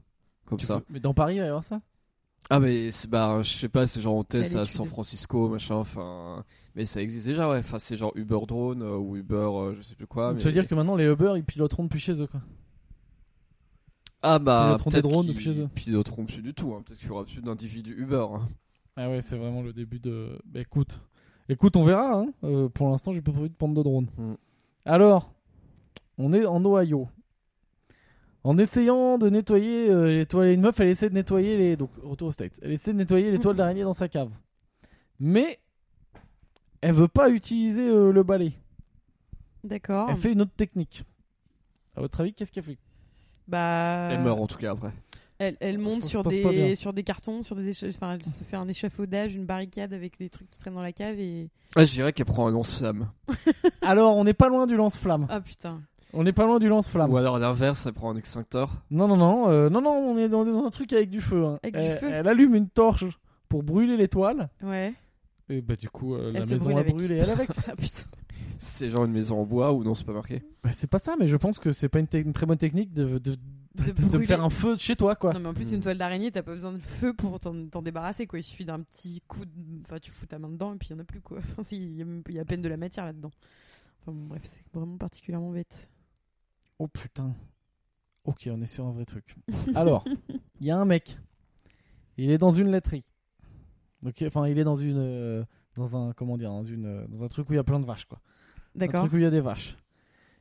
S3: Comme
S1: Tu
S3: ça.
S1: veux- Mais dans Paris, il va y avoir ça.
S3: Ah mais c'est- bah je sais pas, c'est genre on teste à
S2: l'étude.
S3: San Francisco machin, enfin mais ça existe déjà ouais, enfin c'est genre Uber drone euh, ou Uber euh, je sais plus quoi.
S1: Donc,
S3: mais...
S1: Ça veut dire que maintenant les Uber ils piloteront depuis chez eux quoi.
S3: ah bah
S1: piloteront des
S3: peut-être
S1: drones
S3: qu'ils
S1: depuis chez eux.
S3: piloteront plus du tout, hein. peut-être qu'il y aura plus d'individus Uber. hein.
S1: Ah ouais, c'est vraiment le début de. Bah, écoute, écoute, on verra. Hein. Euh, pour l'instant, j'ai pas prévu de prendre de drone.
S3: Mm.
S1: Alors, on est en Ohio. En essayant de nettoyer euh, les toiles, une meuf, elle essaie de nettoyer les. Donc, retour au States. Elle essaie de nettoyer les toiles d'araignée dans sa cave. Mais elle veut pas utiliser euh, le balai.
S2: D'accord. Ah.
S1: Elle fait une autre technique. À votre avis, qu'est-ce qu'elle fait
S2: Bah,
S3: Elle meurt en tout cas après.
S2: Elle, elle monte
S1: se
S2: sur
S1: passe pas bien.
S2: des, sur des cartons, sur des écha- enfin, elle se fait un échafaudage, une barricade avec des trucs qui traînent dans la cave et.
S3: Ah, je dirais qu'elle prend un lance-flamme.
S1: Alors, on n'est pas loin du lance-flamme.
S2: Ah putain.
S1: On n'est pas loin du lance-flamme.
S3: Ou alors à l'inverse, elle prend un extincteur.
S1: Non, non, non, euh, non, non, on est dans, dans un truc avec du feu. hein.
S2: Avec du
S1: elle,
S2: feu.
S1: elle allume une torche pour brûler l'étoile.
S2: Ouais.
S1: Et bah, du coup, euh,
S2: Elle
S1: la
S2: se
S1: maison
S2: brûle
S1: a
S2: avec.
S1: brûlé. Elle avec.
S2: Ah putain.
S3: C'est genre une maison en bois ou non, c'est pas marqué.
S1: Bah, c'est pas ça, mais je pense que c'est pas une, te- une très bonne technique de, de, de
S2: De, brûler.
S1: faire un feu de chez toi, quoi.
S2: Non mais en plus
S3: Hmm.
S2: une toile d'araignée, t'as pas besoin de feu pour t'en t'en débarrasser quoi. Il suffit d'un petit coup, de... enfin tu fous ta main dedans et puis il y en a plus quoi. Enfin si, il y, a même- il y a à peine de la matière là-dedans. Enfin bon, bref, c'est vraiment particulièrement bête.
S1: Oh putain. Ok, on est sur un vrai truc. Alors, il y a un mec. Il est dans une laiterie. Ok, enfin, il est dans une, euh, dans un, comment dire, dans une, euh, dans un truc où il y a plein de vaches, quoi. Un
S2: D'accord.
S1: truc où il y a des vaches.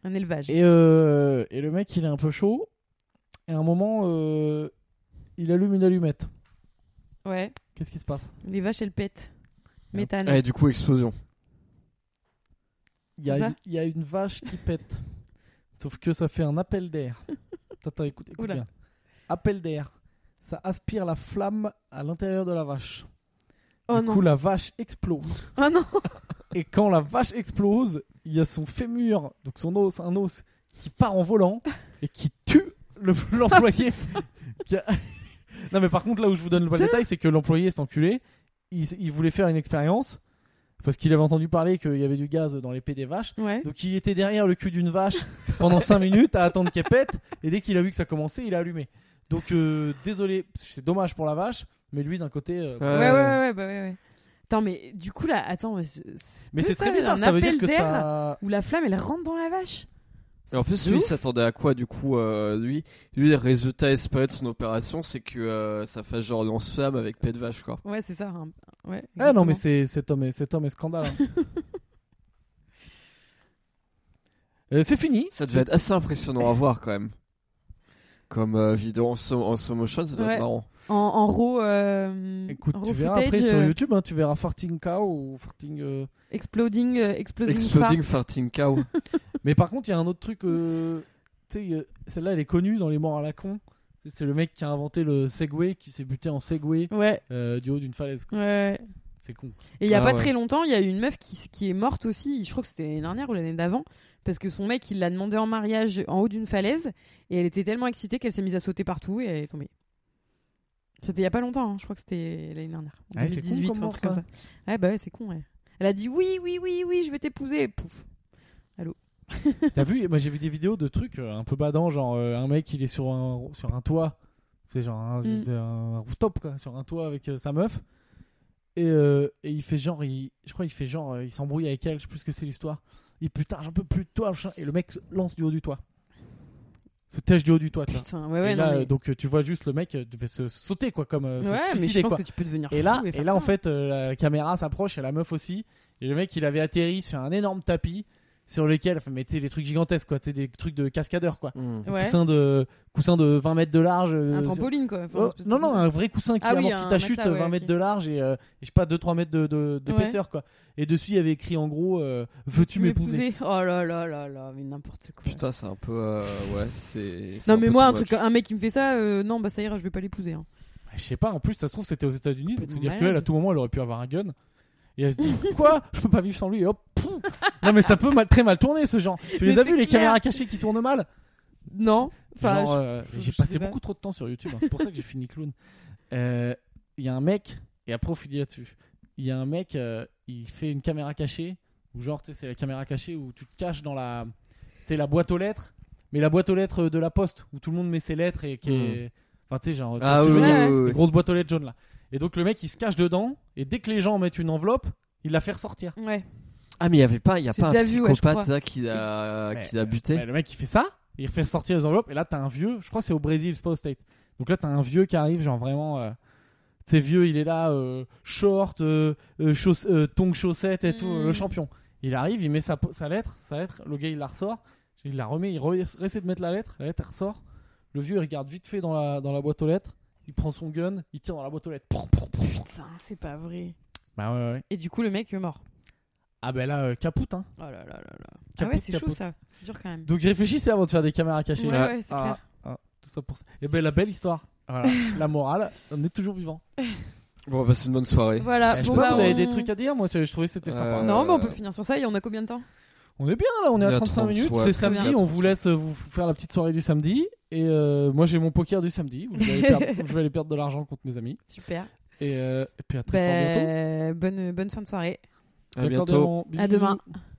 S2: Un, élevage.
S1: Et, euh, et le mec, il est un peu chaud. Et à un moment, euh, il allume une allumette.
S2: Ouais.
S1: Qu'est-ce qui se passe
S2: Les vaches elles pètent. Méthane.
S3: Et Eh, du coup, explosion.
S1: Il y, a
S2: C'est ça
S1: une- il y a une vache qui pète. Sauf que ça fait un appel d'air. Attends, Attends, écoute, écoute
S2: Oula.
S1: bien. Appel d'air. Ça aspire la flamme à l'intérieur de la vache.
S2: Oh
S1: du
S2: non.
S1: coup, la vache explose.
S2: Oh non.
S1: Et quand la vache explose, il y a son fémur, donc son os, un os, qui part en volant et qui tue le- l'employé. qui a- non, mais par contre, là où je vous donne pas le détail, c'est que l'employé, cet enculé, il, s- il voulait faire une expérience parce qu'il avait entendu parler qu'il y avait du gaz dans les pets des vaches.
S2: Ouais.
S1: Donc il était derrière le cul d'une vache pendant 5 minutes à attendre qu'elle pète et dès qu'il a vu que ça commençait, il a allumé. Donc euh, désolé, c'est dommage pour la vache, mais lui d'un côté euh,
S3: Ouais,
S2: Ouais, ouais, ouais, ouais, bah ouais, ouais. Attends, mais du coup, là, attends. Mais c'est
S1: mais
S2: peut
S1: c'est
S2: ça,
S1: très bizarre,
S2: un
S1: ça veut dire
S2: appel
S1: que
S2: d'air
S1: ça
S2: Où la flamme, elle rentre dans la vache.
S3: Et en plus,
S2: C'est
S3: lui, il
S2: ouf.
S3: s'attendait à quoi du coup euh, lui, lui, les résultats espérés de son opération, c'est que euh, ça fasse genre lance-flamme avec paix de vache quoi.
S2: Ouais, c'est ça. hein. Ouais,
S1: Ah non mais
S2: exactement.
S1: c'est cet homme est cet homme est scandale. hein. Euh, c'est fini.
S3: Ça devait être assez impressionnant à voir quand même. Comme euh, vidéo en slow, en slow motion, ça doit
S2: Ouais.
S3: être marrant.
S2: En, en raw. euh,
S1: Écoute,
S2: en
S1: tu
S2: raw
S1: verras
S2: footage,
S1: après sur
S2: euh,
S1: YouTube, hein, tu verras Farting Cow ou Farting. euh,
S2: Exploding, euh, exploding.
S3: Exploding
S2: fart.
S3: farting cow.
S1: Mais par contre, il y a un autre truc. euh, tu sais, euh, celle-là, elle est connue dans les morts à la con. C'est- C'est le mec qui a inventé le Segway, qui s'est buté en Segway
S2: Ouais.
S1: euh, du haut d'une falaise. quoi.
S2: Ouais.
S1: C'est con.
S2: Et il y a
S3: Ah
S2: pas
S3: ouais.
S2: très longtemps, il y a eu une meuf qui, qui est morte aussi, je crois que c'était l'année dernière ou l'année d'avant, parce que son mec, il l'a demandé en mariage en haut d'une falaise, et elle était tellement excitée qu'elle s'est mise à sauter partout et elle est tombée. C'était il y a pas longtemps, hein, je crois que c'était l'année dernière. en
S1: Ah Ouais, c'est con
S2: 2018 ou
S1: comment
S2: un truc comme
S1: ça.
S2: ça. Ouais, bah ouais, c'est con, ouais. Elle a dit oui, oui, oui, oui, je vais t'épouser, et pouf.
S1: T'as vu, moi j'ai vu des vidéos de trucs euh, un peu badants, genre euh, un mec il est sur un, sur un toit, c'est genre un,
S2: Mm.
S1: un rooftop quoi, sur un toit avec euh, sa meuf, et, euh, et il fait genre, il, je crois il fait genre, euh, il s'embrouille avec elle, je sais plus ce que c'est l'histoire. Il dit, putain j'en peux plus de toi, machin. et le mec se lance du haut du toit. Se tèche du haut du toit, tu vois.
S2: Putain, ouais, ouais,
S1: et
S2: non,
S1: là,
S2: mais-
S1: euh, donc euh, tu vois juste le mec euh, devait se sauter quoi, comme euh,
S2: Ouais,
S1: se
S2: mais
S1: suicider
S2: je pense
S1: quoi.
S2: que tu peux devenir
S1: Et
S2: fou
S1: là,
S2: faire
S1: et là en
S2: ça.
S1: fait, euh, la caméra s'approche et la meuf aussi. Et le mec, il avait atterri sur un énorme tapis sur lequel, enfin, mais tu sais, les trucs gigantesques, quoi, tu sais, des trucs de cascadeurs, quoi.
S3: Hmm.
S2: Ouais.
S1: Coussin, de, coussin de 20 mètres de large. euh,
S2: Un
S1: sur-
S2: trampoline, quoi. Enfin,
S1: Oh,
S2: une espèce de
S1: non, non,
S2: truc.
S1: un vrai coussin qui
S2: Ah oui,
S1: amortit
S2: un
S1: ta chute,
S2: matelas, ouais,
S1: 20
S2: ok.
S1: mètres de large et, euh, et je sais pas, 2-3 mètres de- de- d'épaisseur, quoi. Et dessus, il y avait écrit en gros, euh, veux-tu m'épouser
S2: Oh là là là là, mais n'importe quoi.
S3: Putain, c'est un peu. euh, ouais, c'est. c'est
S2: non, mais
S3: peu
S2: moi,
S3: too
S2: un, truc,
S3: much.
S2: un mec qui me fait ça, euh, non, bah ça ira, je vais pas l'épouser. hein.
S1: Bah, Je sais pas, en plus, ça se trouve, c'était aux États-Unis, donc
S2: Putain,
S1: c'est-à-dire
S2: malade.
S1: qu'elle, à tout moment, elle aurait pu avoir un gun. Et elle se dit, quoi Je peux pas vivre sans lui, et hop, poum. Non, mais ça peut mal- très mal tourner, ce genre. Tu les
S2: Mais
S1: as vu,
S2: c'est
S1: les
S2: clair.
S1: caméras cachées qui tournent mal
S2: Non, enfin,
S1: Genre,
S2: je-
S1: euh,
S2: je-
S1: j'ai
S2: je
S1: passé
S2: sais pas.
S1: beaucoup trop de temps sur YouTube, hein, c'est pour ça que j'ai fini clown. Euh, Il y a un mec, et après on finit là-dessus. Il y a un mec, euh, il fait une caméra cachée, ou genre, tu sais, c'est la caméra cachée où tu te caches dans la, tu sais, la boîte aux lettres, mais la boîte aux lettres euh, de la poste, où tout le monde met ses lettres et qui
S2: Mmh.
S1: est. Enfin, tu sais, genre. tu vois
S3: Ah
S1: ce
S3: oui,
S1: que je
S3: oui,
S1: veux dire
S3: oui, oui,
S1: Une
S3: oui.
S1: grosse boîte aux lettres jaune là. Et donc le mec, il se cache dedans, et dès que les gens mettent une enveloppe, il la fait ressortir.
S2: ouais.
S3: Ah, mais il y avait pas, il y a
S2: J'ai
S3: pas un
S2: déjà vu, ouais, je
S3: psychopathe
S2: crois.
S3: ça, qui l'a
S1: Mais,
S3: qui l'a Ah, buté.
S1: Ouais, le mec, il fait ça, il refait sortir les enveloppes, et là, t'as un vieux, je crois que c'est au Brésil, c'est pas au State. Donc là, t'as un vieux qui arrive, genre vraiment. euh, tu sais, vieux, il est là, euh, short, euh, euh, chauss- euh, tongs, chaussettes et tout,
S2: Mm.
S1: euh, le champion. Il arrive, il met sa, po- sa lettre, sa lettre, le gars, il la ressort, il la remet, il re- essaie de mettre la lettre, la lettre, elle ressort. Le vieux, il regarde vite fait dans la, dans la boîte aux lettres, il prend son gun, il tire dans la boîte aux lettres. Poum, poum, poum.
S2: Putain, c'est pas vrai.
S1: Bah ouais, ouais.
S2: Et du coup, le mec est mort.
S1: Ah ben là, euh, capote, hein.
S2: Oh là là là là. ah
S1: Capote,
S2: ouais, c'est chaud
S1: capote.
S2: ça. C'est dur quand même.
S1: Donc réfléchissez avant de faire des caméras cachées.
S2: Ouais, ouais, c'est
S1: Ah,
S2: clair.
S1: ah, tout ça pour ça. Et ben la belle histoire. Voilà. la morale, on est toujours vivant.
S3: Bon, on va passer une bonne soirée.
S2: Voilà.
S1: Je sais
S2: bon,
S1: pas,
S2: bah,
S1: vous avez
S2: on-
S1: des trucs à dire Moi, je je trouvais que c'était sympa.
S3: Euh,
S2: Non, mais on peut finir sur ça. Et on a combien de temps
S1: On est bien là, on est à 35
S3: 30,
S1: minutes,
S3: ouais,
S1: c'est
S3: très
S1: samedi,
S3: bien.
S1: on vous laisse euh, vous faire la petite soirée du samedi. Et euh, moi j'ai mon poker du samedi, où je vais aller perdre, où je vais aller perdre de l'argent contre mes amis.
S2: Super.
S1: Et, euh, et puis à très fort bientôt.
S2: Ben, bonne, bonne fin de soirée.
S3: À
S1: D'accord,
S3: bientôt.
S1: Diamant. Bisous,
S2: À demain.
S1: bisous.